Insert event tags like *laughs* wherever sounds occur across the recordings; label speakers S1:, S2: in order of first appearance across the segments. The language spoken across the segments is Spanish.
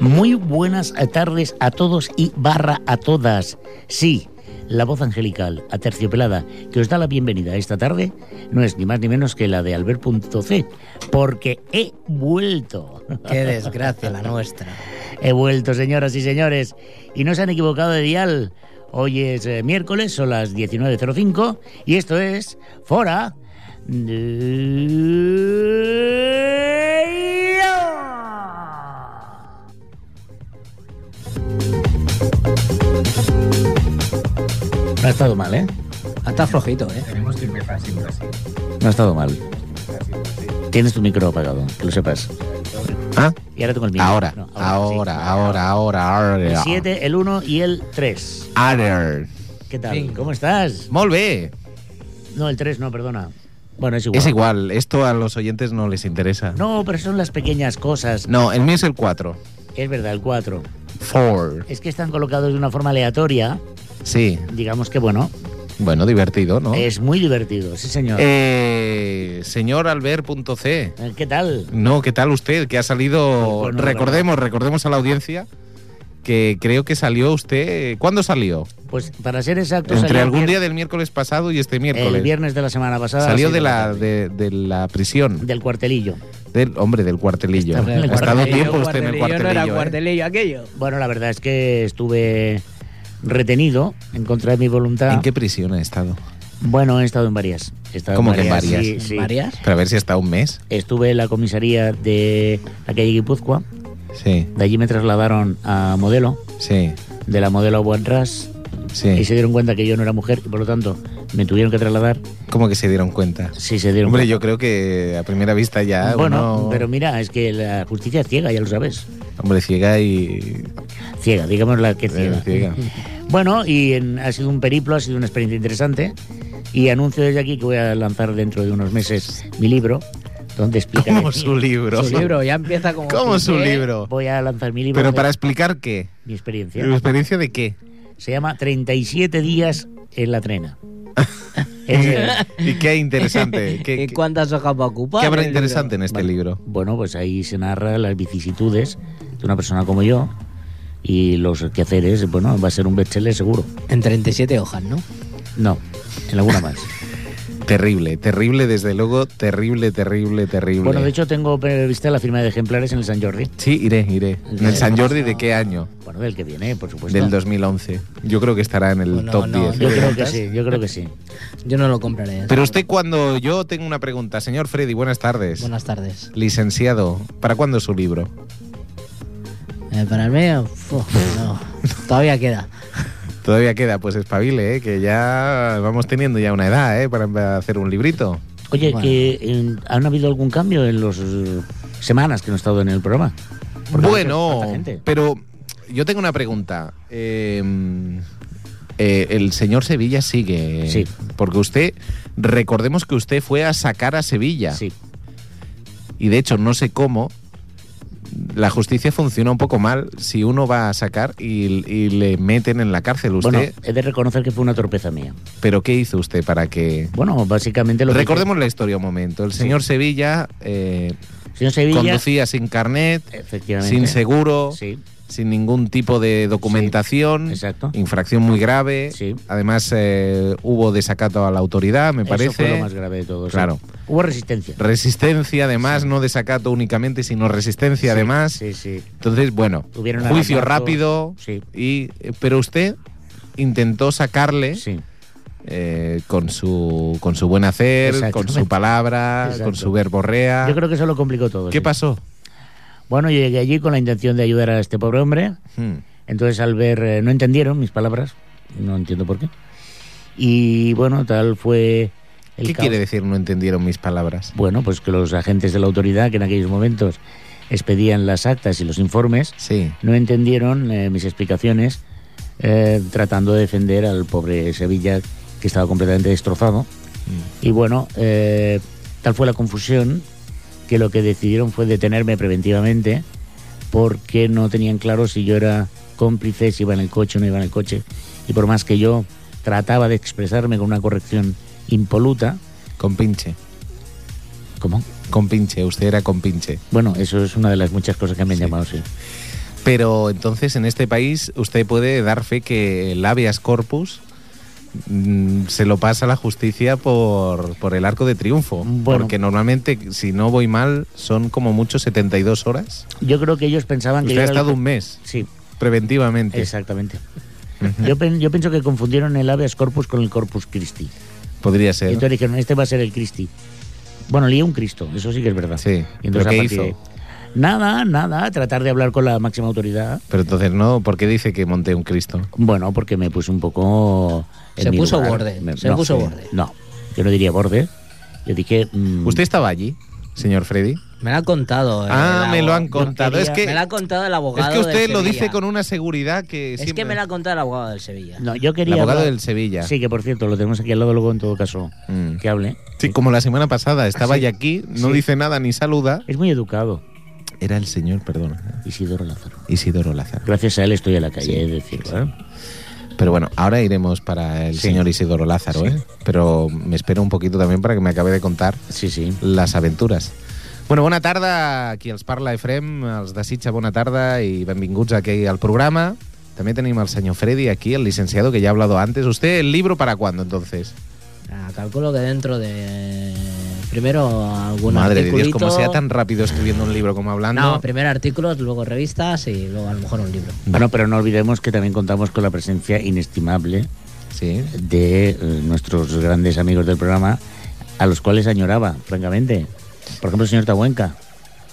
S1: Muy buenas tardes a todos y barra a todas. Sí, la voz angelical, aterciopelada, que os da la bienvenida esta tarde, no es ni más ni menos que la de Albert.c, porque he vuelto.
S2: Qué desgracia la nuestra.
S1: *laughs* He vuelto, señoras y señores, y no se han equivocado de dial. Hoy es eh, miércoles, son las 19.05, y esto es Fora de Lora. No ha estado mal, ¿eh?
S2: Está flojito, ¿eh?
S3: Tenemos que empezar siempre así.
S1: No ha estado mal. Tienes tu micro apagado, que lo sepas.
S4: ¿Ah?
S1: Y ahora tengo el mío.
S4: Ahora,
S1: No,
S4: ahora,
S1: sí.
S4: ahora, ahora,
S1: El
S4: ahora.
S1: 7, el 1 y el 3.
S4: Ara.
S1: ¿Qué tal?
S2: Sí.
S1: ¿Cómo estás?
S4: Molt bé.
S1: No, el 3 no, perdona. Bueno, es igual.
S4: Es igual, esto a los oyentes no les interesa.
S1: No, pero son las pequeñas cosas.
S4: No, el mío es el 4.
S1: Es verdad, el 4.
S4: Four.
S1: Es que están colocados de una forma aleatoria.
S4: Sí,
S1: Digamos que, bueno,
S4: bueno, divertido, ¿no?
S1: es muy divertido. Sí, señor.
S4: Eh, señor Albert.c.
S1: Eh, ¿Qué tal?
S4: No, ¿qué tal usted? Que ha salido...
S1: Bueno, Pues la
S4: recordemos, recordemos a la audiencia que creo que salió usted... ¿Cuándo salió?
S1: Pues para ser exacto,
S4: Entre
S1: salió
S4: algún
S1: el
S4: día
S1: vier-
S4: del miércoles pasado y este
S1: el
S4: miércoles.
S1: viernes de la semana pasada.
S4: Salió
S1: así
S4: de la,
S1: tarde.
S4: de, de la prisión.
S1: del cuartelillo.
S4: Del hombre del cuartelillo.
S1: Está en el
S4: Ha estado
S1: cuartelillo,
S4: tiempo usted en el cuartelillo.
S2: No era
S4: ¿eh?
S2: cuartelillo aquello.
S1: Bueno, la verdad es que estuve retenido en contra de mi voluntad.
S4: ¿En qué prisión ha estado?
S1: Bueno, he estado en varias. He estado
S4: ¿Cómo que en varias?
S1: sí,
S2: ¿En
S1: sí.
S2: varias?
S4: Para ver si ha estado un mes.
S1: Estuve en la comisaría de la calle Guipúzcoa.
S4: Sí,
S1: De allí me trasladaron a Modelo,
S4: sí,
S1: de la Modelo a Buenras, y
S4: sí.
S1: se dieron cuenta que yo no era mujer y por lo tanto me tuvieron que trasladar.
S4: ¿Cómo que se dieron cuenta?
S1: Sí, se dieron
S4: Hombre,
S1: cuenta.
S4: yo creo que a primera vista ya
S1: Bueno,
S4: uno-
S1: pero mira, es que la justicia es ciega, ya lo sabes.
S4: Hombre, ciega y...
S1: Ciega, digamos la *laughs* que es
S4: eh,
S1: ciega.
S4: ciega.
S1: Bueno, y en- ha sido un periplo, ha sido una experiencia interesante. Y anuncio desde aquí que voy a lanzar dentro de unos meses mi libro, donde explica.
S4: Como su libro.
S2: Su libro ya empieza como. ¿eh?
S4: Como su
S2: ¿Qué?
S4: libro.
S1: Voy a lanzar mi libro.
S4: Pero
S1: de
S4: para explicar qué.
S1: mi experiencia.
S4: ¿La experiencia de
S1: *laughs*
S4: qué?
S1: Se llama 37 días en la
S4: *laughs*
S1: trena. Es-
S4: ¿Y qué interesante? ¿Qué,
S2: ¿Y
S4: qué-
S2: cuántas hojas va a ocupar?
S4: qué habrá
S2: el libro?
S4: interesante en este
S1: Vale.
S4: libro?
S1: Bueno, pues ahí se narra las vicisitudes de una persona como yo y los quehaceres. Bueno, va a ser un bestseller seguro.
S2: En 37 hojas, ¿no?
S1: No, en alguna
S4: *laughs*
S1: más.
S4: Terrible, terrible, desde luego, terrible, terrible, terrible.
S1: bueno, de hecho tengo prevista la firma de ejemplares en el San Jordi.
S4: Sí, iré, iré. ¿En el San Jordi de qué año?
S1: Bueno, del que viene, por supuesto.
S4: Del 2011. Yo creo que estará en el
S2: Bueno,
S4: top
S2: no,
S4: 10.
S1: Yo
S2: ¿De
S1: creo que
S2: ventas?
S1: sí, yo creo que sí.
S2: Yo no lo compraré. ¿eh?
S4: Pero usted cuando yo tengo una pregunta, señor Freddy, buenas tardes.
S2: Buenas tardes.
S4: Licenciado, ¿para cuándo su libro?
S2: Eh, para mí, fu,
S4: *laughs*
S2: no. Todavía queda.
S4: Todavía queda, pues espabile, ¿eh? que ya vamos teniendo ya una edad ¿eh? para hacer un librito.
S1: Oye,
S2: Bueno.
S1: que eh, ¿han habido algún cambio en las semanas que no he estado en el programa? Porque hay
S4: Bueno,
S1: tanta gente.
S4: pero yo tengo una pregunta. Eh, eh, el señor Sevilla sigue.
S1: Sí.
S4: Porque usted, recordemos que usted fue a sacar a Sevilla.
S1: Sí.
S4: Y de hecho, no sé cómo. La justicia funciona un poco mal si uno va a sacar y, y le meten en la cárcel. Usted,
S1: Bueno, he de reconocer que fue una torpeza mía.
S4: ¿pero qué hizo usted para que.?
S1: Bueno, básicamente lo que
S4: Recordemos la historia un momento. El señor Sevilla, eh,
S1: hice- señor Sevilla,
S4: conducía sin carnet,
S1: efectivamente.
S4: sin seguro,
S1: Sí,
S4: sin ningún tipo de documentación,
S1: exacto.
S4: infracción muy grave.
S1: Sí.
S4: Además, eh, hubo desacato a la autoridad, me parece.
S1: Eso fue lo más grave de todo. sí.
S4: Claro.
S1: Hubo resistencia.
S4: Resistencia, además, no desacato únicamente, sino
S1: Sí,
S4: resistencia, además.
S1: Sí, sí.
S4: Entonces, bueno,
S1: Tuvieron
S4: juicio
S1: arañazos.
S4: rápido.
S1: Sí.
S4: Y, eh, pero usted intentó sacarle
S1: Sí,
S4: eh, con, su, con su buen hacer, con su
S1: Exactamente.
S4: palabra, con
S1: Exacto.
S4: su verborrea.
S1: yo creo que eso lo complicó todo.
S4: Ah. ¿Qué
S1: sí.
S4: pasó?
S1: Bueno, yo llegué allí con la intención de ayudar a este pobre hombre.
S4: Hmm.
S1: Entonces, al ver, eh, no entendieron mis palabras, no entiendo por qué. Y bueno, tal fue el
S4: ¿Qué
S1: caos.
S4: quiere decir no entendieron mis palabras?
S1: Bueno, pues que los agentes de la autoridad, que en aquellos momentos expedían las actas y los informes,
S4: Sí.
S1: no entendieron eh, mis explicaciones eh, tratando de defender al pobre Sevilla que estaba completamente destrozado.
S4: Hmm.
S1: Y bueno, eh, tal fue la confusión que lo que decidieron fue detenerme preventivamente porque no tenían claro si yo era cómplice, si iba en el coche o no iba en el coche. Y por más que yo trataba de expresarme con una corrección impoluta,
S4: Con pinche.
S1: ¿cómo?
S4: Con pinche. Usted era con pinche.
S1: Bueno, eso es una de las muchas cosas que me han llamado, sí.
S4: Pero entonces en este país usted puede dar fe que el habeas corpus mm, se lo pasa a la justicia por, por el arco de triunfo.
S1: Bueno.
S4: Porque normalmente, si no voy mal, son como mucho 72 horas.
S1: Yo creo que ellos pensaban que...
S4: Usted
S1: yo
S4: ha
S1: era el-
S4: estado un mes,
S1: *laughs* Sí,
S4: preventivamente.
S1: exactamente. yo, pen- yo pienso que confundieron el habeas corpus con el corpus Christi.
S4: Podría
S1: Y
S4: ser.
S1: entonces dijeron, este va a ser el Christi. Bueno, lié un Cristo, eso sí que es verdad.
S4: Sí,
S1: Y entonces,
S4: ¿pero
S1: a
S4: qué
S1: partir
S4: hizo?
S1: de- Nada, nada, tratar de hablar con la máxima autoridad.
S4: Pero entonces no, ¿por qué dice que monté un Cristo?
S1: Bueno, porque me puse un poco... en
S2: Se
S1: mi
S2: puso
S1: lugar.
S2: borde, se
S1: no,
S2: puso
S1: eh,
S2: borde.
S1: No, yo no diría borde. Yo dije... mm,
S4: ¿Usted estaba allí, señor Freddy?
S2: Me lo ha contado. el
S4: Ah, me lo han
S2: abogado.
S4: contado.
S1: quería-
S4: Es que,
S2: Me lo ha contado el
S4: es
S2: abogado.
S4: que usted
S2: del
S4: lo
S2: Sevilla.
S4: dice con una seguridad que
S2: Es
S4: siempre-
S2: que me lo ha contado el abogado del Sevilla.
S1: No, yo
S4: El
S1: quería...
S4: abogado
S1: hablar-
S4: del Sevilla.
S1: Sí, que por cierto, lo tenemos aquí al lado luego en todo caso.
S4: Mm.
S1: Que hable.
S4: Sí, como la semana pasada estaba
S1: Sí.
S4: ya aquí, no
S1: Sí.
S4: dice nada ni saluda.
S1: Es muy educado,
S4: Era el señor, perdona,
S1: Isidoro Lázaro.
S4: Isidoro Lázaro.
S1: Gracias a él estoy en la calle,
S4: Sí,
S1: he de decirlo. ¿eh?
S4: Pero bueno, ahora iremos para el
S1: Sí.
S4: señor Isidoro Lázaro,
S1: Sí.
S4: ¿eh? Pero me espero un poquito también para que me acabe de contar
S1: Sí, sí.
S4: les aventures. Bueno, bona tarda, qui els parla Efrem, els desitja bona tarda i benvinguts aquí al programa. També tenim el senyor Freddy aquí, el licenciado que ya ha hablado antes. ¿Usted el libro para cuándo entonces?
S2: Ah, calculo que dentro de. Primero algún
S4: Madre de
S2: articulito.
S4: Dios, como sea tan rápido escribiendo un libro como hablando.
S2: No, primero artículos, luego revistas y luego a lo mejor un libro.
S1: Bueno, pero no olvidemos que también contamos con la presencia inestimable
S4: Sí.
S1: de eh, nuestros grandes amigos del programa, a los cuales añoraba, francamente. Por ejemplo, el señor Tabuenca.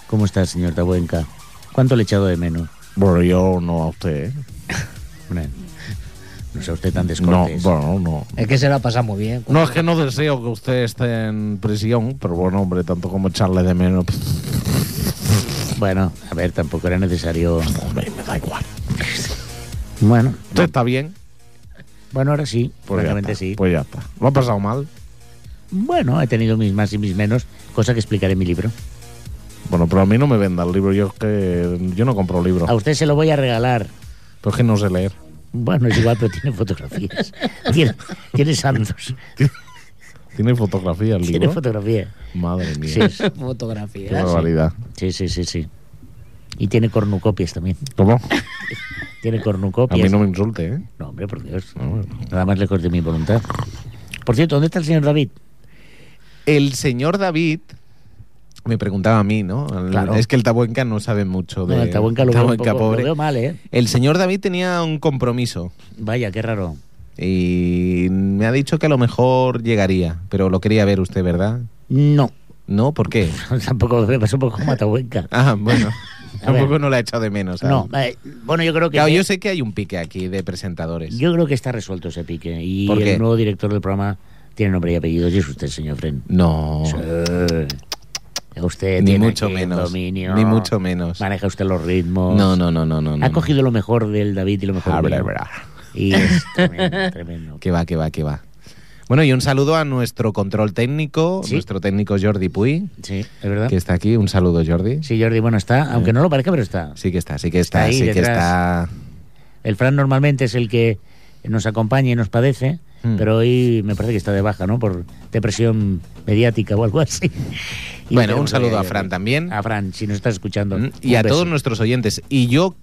S1: ¿Cómo está, señor Tabuenca? ¿Cuánto le he echado de menos?
S4: Bueno, yo no a usted. ¿eh?
S1: Bueno, No sea usted tan descortés.
S4: bueno, no.
S2: Es que se lo ha pasado muy
S4: *laughs*
S2: bien.
S4: No es que no deseo que usted esté en prisión, pero bueno, hombre, tanto como echarle de menos, pues,
S1: Bueno, a ver, tampoco era necesario.
S4: hombre, me da igual.
S1: Bueno,
S4: ¿Usted está bien?
S1: bueno, ahora sí,
S4: Pues ya,
S1: francamente
S4: está,
S1: sí.
S4: pues ya está. ¿Lo ha pasado mal?
S1: Bueno, he tenido mis más y mis menos, cosa que explicaré en mi libro.
S4: Bueno, pero a mí no me venda el libro, yo es que yo no compro libros.
S1: A usted se lo voy a regalar.
S4: Pero es que no sé leer.
S1: Bueno, es igual, pero tiene
S4: *laughs*
S1: fotografías. Tiene, tiene santos.
S4: ¿Tiene fotografía el
S1: Tiene
S4: libro?
S1: fotografía.
S4: Madre mía.
S1: Sí,
S4: Qué
S2: Fotografías.
S4: barbaridad.
S1: sí, sí, sí, sí. Y tiene cornucopias también.
S4: ¿Cómo?
S1: Tiene
S4: A
S1: cornucopias.
S4: mí no me insulte, ¿eh?
S1: No, hombre, por Dios.
S4: No, bueno.
S1: Nada más lejos de mi voluntad. Por cierto, ¿dónde está el señor David?
S4: El señor David me preguntaba a mí, ¿no? El-
S1: Claro.
S4: Es que el Tabuenca no sabe mucho de.
S1: No, el Tabuenca lo, veo un
S4: Tabuenca,
S1: poco- lo
S4: pobre.
S1: veo mal, ¿eh?
S4: El señor David tenía un compromiso
S1: Vaya, qué raro.
S4: y me ha dicho que a lo mejor llegaría, pero lo quería ver usted, ¿verdad?
S1: No, *laughs*
S4: ¿No? ¿Por qué?
S1: tampoco me pasó un poco como a Tabuenca.
S4: Ah, bueno.
S1: A ver.
S4: Tampoco no la he echado de menos. ¿sabes?
S1: No, eh, bueno, yo creo que.
S4: Claro, yo sé que hay un pique aquí de presentadores.
S1: yo creo que está resuelto ese pique. Y
S4: ¿Por qué?
S1: el nuevo director del programa tiene nombre y apellido, y es usted, señor Fren.
S4: No.
S1: Sí. Usted
S4: Ni
S1: tiene
S4: mucho
S1: aquí un
S4: menos.
S1: dominio.
S4: Ni mucho menos.
S1: Maneja usted los ritmos.
S4: No, no, no, no, no.
S1: Ha
S4: no.
S1: cogido lo mejor del David y lo mejor
S4: Ah,
S1: mío.
S4: bra, bra.
S1: Y
S4: *laughs*
S1: es tremendo, tremendo.
S4: Que va, que va, que va. Bueno, y un saludo a nuestro control técnico,
S1: Sí.
S4: nuestro técnico Jordi Puy,
S1: Sí, es verdad.
S4: que está aquí. Un saludo, Jordi.
S1: Sí, Jordi, bueno, está, aunque no lo parezca, pero está.
S4: Sí que está, sí que está,
S1: Está ahí
S4: sí que
S1: detrás.
S4: está.
S1: El Fran normalmente es el que nos acompaña y nos padece,
S4: Mm.
S1: pero hoy me parece que está de baja, ¿no? Por depresión mediática o algo así. Y
S4: Bueno,
S1: tenemos
S4: un saludo
S1: ahí
S4: a Fran
S1: Jordi.
S4: también.
S1: A Fran, si nos estás escuchando.
S4: Mm, Y
S1: un
S4: a
S1: beso.
S4: todos nuestros oyentes. Y yo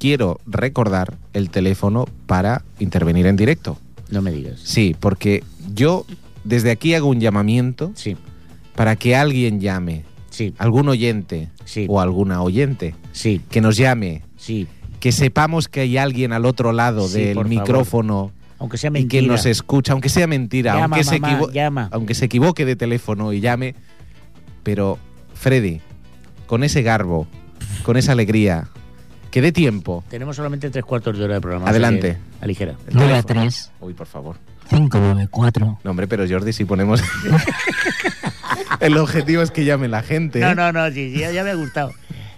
S4: quiero recordar el teléfono para intervenir en directo.
S1: No me digas.
S4: Sí, porque yo desde aquí hago un llamamiento
S1: Sí,
S4: para que alguien llame,
S1: sí,
S4: algún oyente
S1: Sí.
S4: o alguna oyente,
S1: sí,
S4: que nos llame,
S1: sí.
S4: que sepamos que hay alguien al otro lado
S1: Sí,
S4: del
S1: por favor.
S4: micrófono
S1: Aunque sea
S4: y
S1: mentira.
S4: que nos escucha, aunque sea mentira,
S1: Llama,
S4: aunque, se
S1: mamá,
S4: equivo-
S1: llama.
S4: aunque se equivoque de teléfono y llame. Pero, Freddy, con ese garbo, con esa alegría, que dé tiempo.
S1: Tenemos solamente tres cuartos de hora de programa. o sea
S4: Adelante.
S1: que Aligera.
S4: El teléfono.
S2: 3,
S4: Uy, por favor.
S2: 594.
S4: No, hombre, pero Jordi, si ponemos... *laughs* el objetivo es que llame la gente.
S1: No, no, no, sí, sí, ya, ya me ha gustado.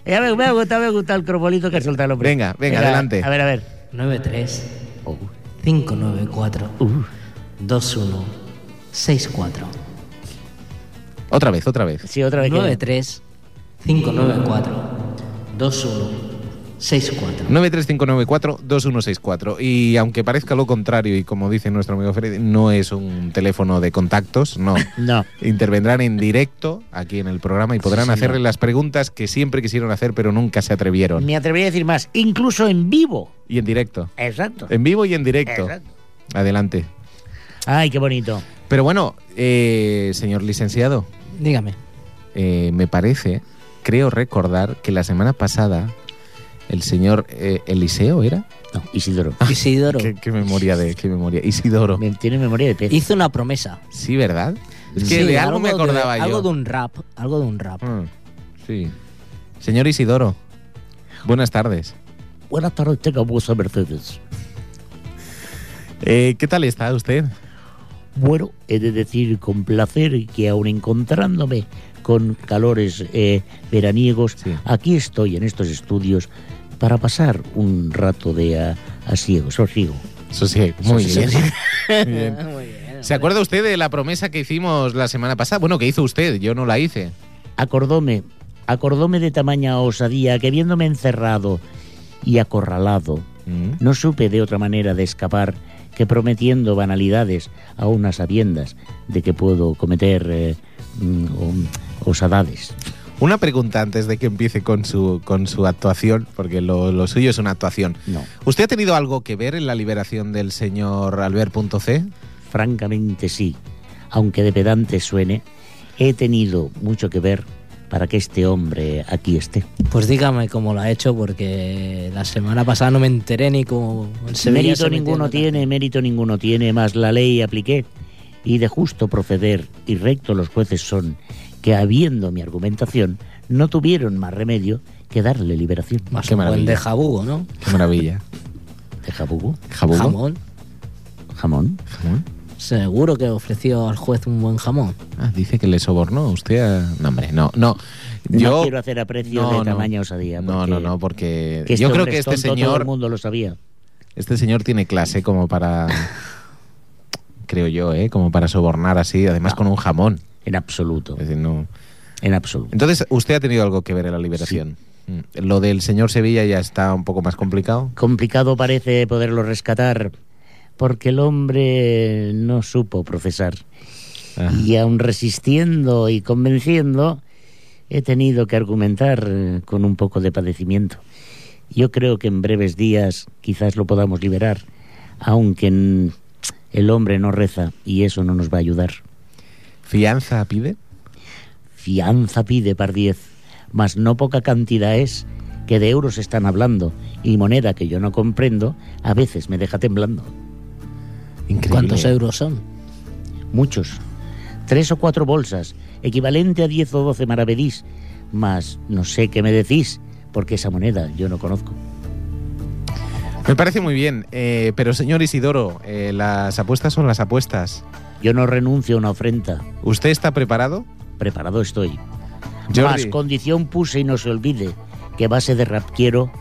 S1: Ya me, me ha gustado, me ha gustado el crobolito que ha soltado el hombre.
S4: Venga, venga, adelante.
S1: A ver, a ver.
S2: 93
S1: Oh,
S2: 594
S1: uh,
S2: 21 64
S4: Otra vez, otra vez.
S1: sí, otra vez. que-
S2: 93 594 21 6-4.
S4: 93594-2164. Y aunque parezca lo contrario, y como dice nuestro amigo Freddy, no es un teléfono de contactos, no.
S1: No.
S4: Intervendrán en directo aquí en el programa y podrán
S1: señor.
S4: hacerle las preguntas que siempre quisieron hacer, pero nunca se atrevieron.
S1: Me atrevería a decir más, incluso en vivo.
S4: Y en directo.
S1: Exacto.
S4: En vivo y en directo.
S1: Exacto.
S4: Adelante.
S1: Ay, qué bonito.
S4: Pero bueno, eh, señor licenciado,
S2: Dígame.
S4: eh, me parece, creo recordar que la semana pasada el señor eh, Eliseo era.
S1: No, Isidoro.
S4: Ah,
S2: Isidoro
S4: ¿Qué, qué memoria de qué memoria. Isidoro.
S1: Me- Tiene memoria de pez.
S2: hizo una promesa.
S4: Sí, ¿verdad? Es que
S2: Sí,
S4: de algo, me
S2: de-
S4: acordaba yo.
S2: Algo de un rap. Algo de un rap.
S4: Mm, sí. Señor Isidoro, buenas tardes.
S1: Buenas tardes, tenga vuestra Mercedes.
S4: Eh, ¿Qué tal está usted?
S1: Bueno, he de decir con placer que aun encontrándome con calores eh, veraniegos,
S4: Sí.
S1: aquí estoy en estos estudios para pasar un rato de ah, a- asiego, sosiego.
S4: Sosiego. Muy
S1: Sosiego.
S4: *laughs* bien. Muy bien.
S1: *laughs*
S2: Muy bien.
S4: ¿Se acuerda usted de la promesa que hicimos la semana pasada? Bueno, que hizo usted, yo no la hice.
S1: Acordóme, acordóme de tamaña osadía que viéndome encerrado y acorralado,
S4: Mm.
S1: no supe de otra manera de escapar que prometiendo banalidades a unas sabiendas de que puedo cometer eh, mm, o- osadades.
S4: Una pregunta antes de que empiece con su, con su actuación, porque lo, lo suyo es una actuación.
S1: No.
S4: ¿Usted ha tenido algo que ver en la liberación del señor Albert.c?
S1: Francamente sí, aunque de pedante suene, he tenido mucho que ver para que este hombre aquí esté.
S2: Pues dígame cómo lo ha hecho, porque la semana pasada no me enteré ni cómo el Sevilla
S1: mérito
S2: se metió en
S1: ninguno
S2: la
S1: tiene, mérito ninguno tiene, más la ley apliqué. Y de justo proceder y recto los jueces son, que habiendo mi argumentación, no tuvieron más remedio que darle liberación.
S2: Más
S4: Qué
S2: un buen
S4: maravilla.
S2: de jabugo, ¿no?
S4: Qué maravilla.
S1: ¿De jabugo?
S4: ¿Jabugo?
S2: Jamón.
S1: ¿Jamón?
S4: ¿Jamón?
S2: Seguro que ofreció al juez un buen jamón.
S4: Ah, dice que le sobornó usted a... No, hombre, no, no. Yo...
S1: No quiero hacer aprecio
S4: No, no.
S1: de tamaña osadía.
S4: No,
S1: porque-
S4: no, no, porque
S1: que este
S4: yo creo
S1: hombre es
S4: que este
S1: tonto, Todo el
S4: señor,
S1: mundo lo sabía.
S4: este señor tiene clase como para, creo yo, ¿eh? como para sobornar así, además con un jamón.
S1: En absoluto,
S4: Es decir, no.
S1: en absoluto.
S4: Entonces, ¿usted ha tenido algo que ver en la liberación? Mm. Lo del señor Sevilla ya está un poco más complicado.
S1: Complicado parece poderlo rescatar, porque el hombre no supo procesar.
S4: Ah,
S1: Y aun resistiendo y convenciendo, he tenido que argumentar eh, con un poco de padecimiento. Yo creo que en breves días quizás lo podamos liberar, aunque mm, el hombre no reza y eso no nos va a ayudar.
S4: ¿Fianza pide?
S1: Fianza pide par diez, mas no poca cantidad es que de euros están hablando y moneda que yo no comprendo a veces me deja temblando.
S4: Increíble.
S2: ¿Cuántos euros son?
S1: Muchos. Tres o cuatro bolsas, equivalente a diez o doce maravedís. Mas no sé qué me decís, porque esa moneda yo no conozco.
S4: Me parece muy bien, eh, pero señor Isidoro, eh, las apuestas son las apuestas.
S1: Yo no renuncio a una ofrenda.
S4: ¿Usted está preparado?
S1: Preparado estoy. Mas
S4: Jordi,
S1: condición puse y no se olvide que base de rap quiero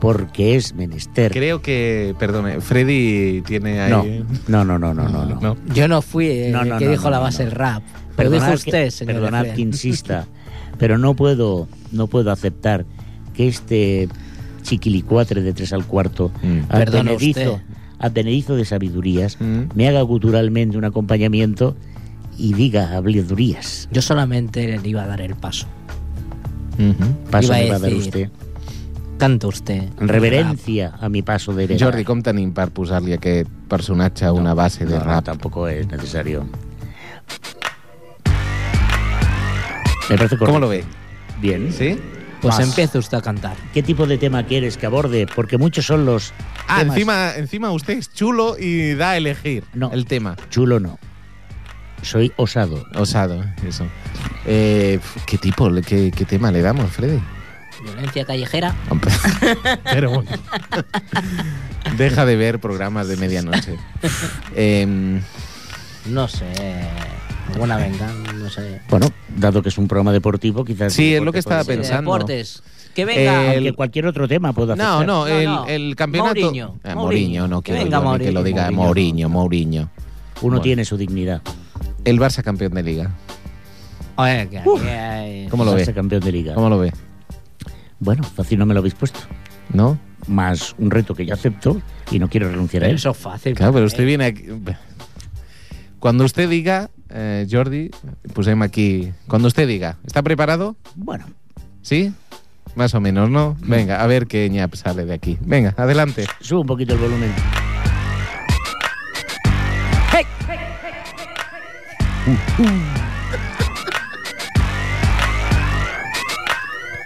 S1: porque es menester.
S4: creo que, perdone, Freddy tiene ahí... ¿eh?
S1: No, no, no, no, no, no. no.
S4: no.
S2: Yo no fui el
S1: No, no,
S2: que
S1: no,
S2: dijo
S1: no,
S2: la
S1: no,
S2: base
S1: no.
S2: el rap. Pero
S1: Perdonad
S2: dijo
S1: que-
S2: usted, señor.
S1: perdonad
S2: Fred.
S1: que
S2: *laughs*
S1: insista, pero no puedo, no puedo aceptar que este chiquilicuatre de tres al cuarto,
S4: Mm.
S2: Perdone
S1: advenedizo,
S2: usted.
S1: advenedizo de sabidurías,
S4: Mm.
S1: me haga culturalmente un acompañamiento y diga habladurías.
S2: Yo solamente le iba a dar el paso.
S4: Ujú.
S1: Paso
S2: Iba a
S1: me va a dar
S2: decir,
S1: usted.
S2: Canta usted.
S1: Reverencia a mi paso de vereda.
S4: Jordi, com tenim per posar-li a aquest personatge una base de
S1: No, no,
S4: rap?
S1: tampoco es necesario. Me parece correcto.
S4: ¿Cómo lo ve?
S1: Bien.
S4: ¿Sí?
S2: Pues
S1: Más.
S2: empiece usted a cantar.
S1: ¿Qué tipo de tema quieres que aborde? Porque muchos son los.
S4: Ah,
S1: temas.
S4: encima, encima usted es chulo y da a elegir
S1: No.
S4: el tema.
S1: Chulo no. Soy osado.
S4: Osado, eso. Eh, ¿Qué tipo, le- qué, qué tema le damos, Freddy?
S2: Violencia callejera.
S4: *laughs* Pero bueno. Deja de ver programas de *laughs* medianoche. Em,
S2: No sé. Alguna venganza, no sé.
S1: Bueno, dado que es un programa deportivo, quizás. el
S4: Sí, es
S1: deporte
S4: lo que estaba
S1: puede ser.
S4: pensando.
S2: Deportes. Que venga.
S4: Eh,
S1: Aunque
S4: El-
S1: cualquier otro tema puedo hacer.
S4: no, no,
S2: No,
S4: el,
S2: no.
S4: el campeonato.
S2: Mourinho,
S4: Ah,
S2: Mourinho.
S4: Mourinho, no
S2: Que
S4: quiero
S2: venga
S4: yo ni que lo
S2: Mourinho,
S4: diga Mourinho,
S2: Mourinho.
S4: Mourinho.
S1: Uno
S4: Bueno.
S1: tiene su dignidad.
S4: El Barça campeón de liga.
S2: A ver, que-
S1: Uf.
S2: que-
S4: ¿Cómo lo
S1: Barça
S4: ve?
S1: campeón de liga.
S4: ¿Cómo lo ve?
S1: Bueno, fácil no me lo habéis puesto.
S4: ¿No?
S1: más un reto que yo acepto y no quiero renunciar a
S4: Eh,
S2: Pero
S1: él.
S2: eso es fácil.
S4: Claro, pero
S2: eh.
S4: usted viene aquí... Cuando usted diga, eh, Jordi, pusemos aquí... Cuando usted diga, ¿está preparado?
S1: Bueno,
S4: ¿Sí? Más o menos, ¿no? Venga, a ver qué ñap sale de aquí. Venga, adelante.
S1: subo un poquito el volumen. ¡Hey! Uh, uh.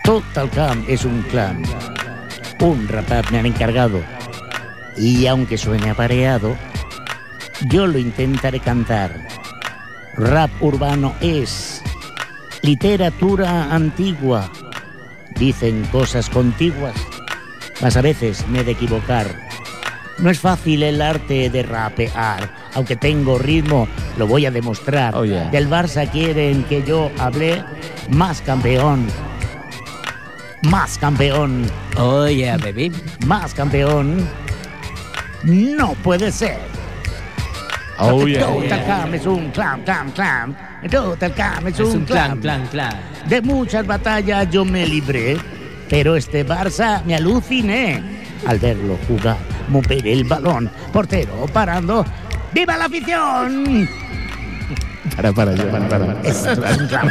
S1: Total Cam es un clan. Un rapaz me han encargado. Y aunque suene apareado, yo lo intentaré cantar. Rap urbano es literatura antigua. Dicen cosas contiguas, mas a veces me he de equivocar. No es fácil el arte de rapear, aunque tengo ritmo, lo voy a demostrar.
S4: Oh, yeah.
S1: Del Barça quieren que yo hable más campeón. Más campeón,
S2: Oh, yeah, baby.
S1: más campeón. No puede ser.
S4: Oh, *laughs* yeah.
S1: Total Cam es un clam, clam, clam. Total Cam es,
S2: Es un
S1: clam.
S2: clan, clan, clan.
S1: De muchas batallas yo me libré, pero este Barça me aluciné. Al verlo jugar, mover el balón, portero parando. ¡Viva la afición!
S4: Para, para, ya,
S1: *laughs*
S4: para, para.
S1: Es un clam.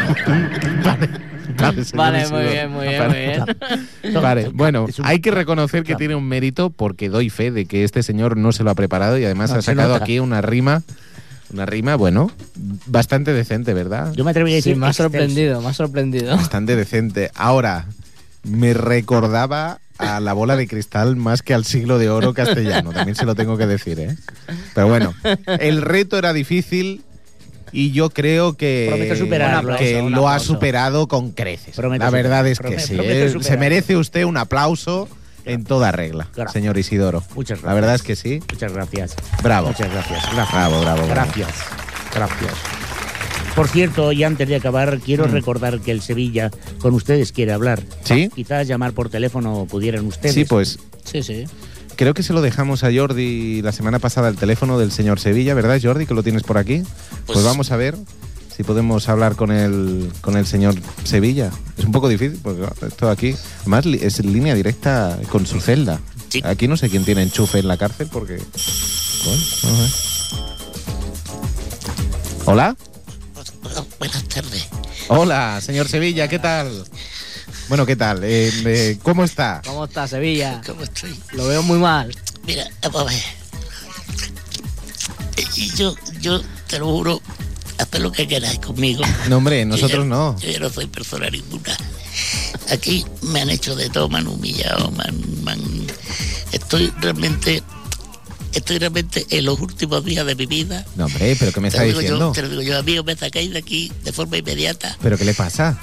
S4: Vale, señor
S2: Vale,
S4: Isidoro.
S2: muy bien, muy bien,
S4: Para.
S2: muy bien.
S4: Vale, bueno,
S1: Es un-
S4: hay que reconocer que
S1: Claro.
S4: tiene un mérito porque doy fe de que este señor no se lo ha preparado y además
S1: No,
S4: ha
S1: se
S4: sacado
S1: nota.
S4: aquí una rima, una rima, bueno, bastante decente, ¿verdad?
S1: Yo me atrevería a decir.
S2: Sí, me ha
S1: excelso.
S2: sorprendido, me ha
S4: *laughs*
S2: sorprendido.
S4: Bastante decente. Ahora, me recordaba a la bola de cristal más que al siglo de oro castellano, también se lo tengo que decir, ¿eh? Pero bueno, el reto era difícil y yo creo que,
S1: Prometo superarlo. ¿eh?
S4: que
S1: Un aplauso,
S2: un
S4: lo ha
S2: aplauso.
S4: superado con creces.
S1: Prometo
S4: la verdad
S1: superarlo.
S4: es que
S1: Prometo-
S4: sí.
S1: prometo
S4: ¿eh? Se
S1: superarlo.
S4: merece usted un aplauso en toda regla,
S1: Gracias.
S4: señor Isidoro.
S1: Muchas gracias.
S4: La verdad es que sí.
S1: Muchas gracias.
S4: Bravo.
S1: Muchas gracias.
S4: Bravo, bravo. bravo.
S1: Gracias, gracias. Por cierto, y antes de acabar, quiero recordar que el Sevilla con ustedes quiere hablar.
S4: Mm. ¿Sí?
S1: Quizás llamar por teléfono pudieran ustedes.
S4: Sí, pues
S2: Sí, sí.
S4: creo que se lo dejamos a Jordi la semana pasada el teléfono del señor Sevilla, ¿verdad, Jordi? Que lo tienes por aquí. Pues,
S3: Pues-
S4: vamos a ver si podemos hablar con el, con el señor Sevilla. Es un poco difícil porque esto aquí, además, li- es en línea directa con su celda.
S3: Sí.
S4: Aquí no sé quién tiene enchufe en la cárcel porque. Bueno, vamos a ver. Hola.
S3: Bueno, buenas tardes.
S4: Hola, señor Sevilla, ¿qué tal? Bueno, ¿qué tal? Eh, eh, ¿Cómo está?
S2: ¿Cómo está Sevilla?
S3: ¿Cómo estoy?
S2: Lo veo muy mal.
S3: Mira, vamos a ver. Y yo, yo te lo juro, haz lo que queráis conmigo.
S4: No, hombre,
S3: Yo
S4: nosotros
S3: ya-
S4: no.
S3: Yo ya no soy persona ninguna. Aquí me han hecho de todo, me han humillado, me han- me han- Estoy realmente... Estoy realmente en los últimos días de mi vida.
S4: No, hombre, ¿pero qué me
S3: Te
S4: está
S3: lo, digo
S4: diciendo?
S3: yo, te lo digo yo, amigo, me sacáis de aquí de forma inmediata.
S4: ¿Pero qué le pasa?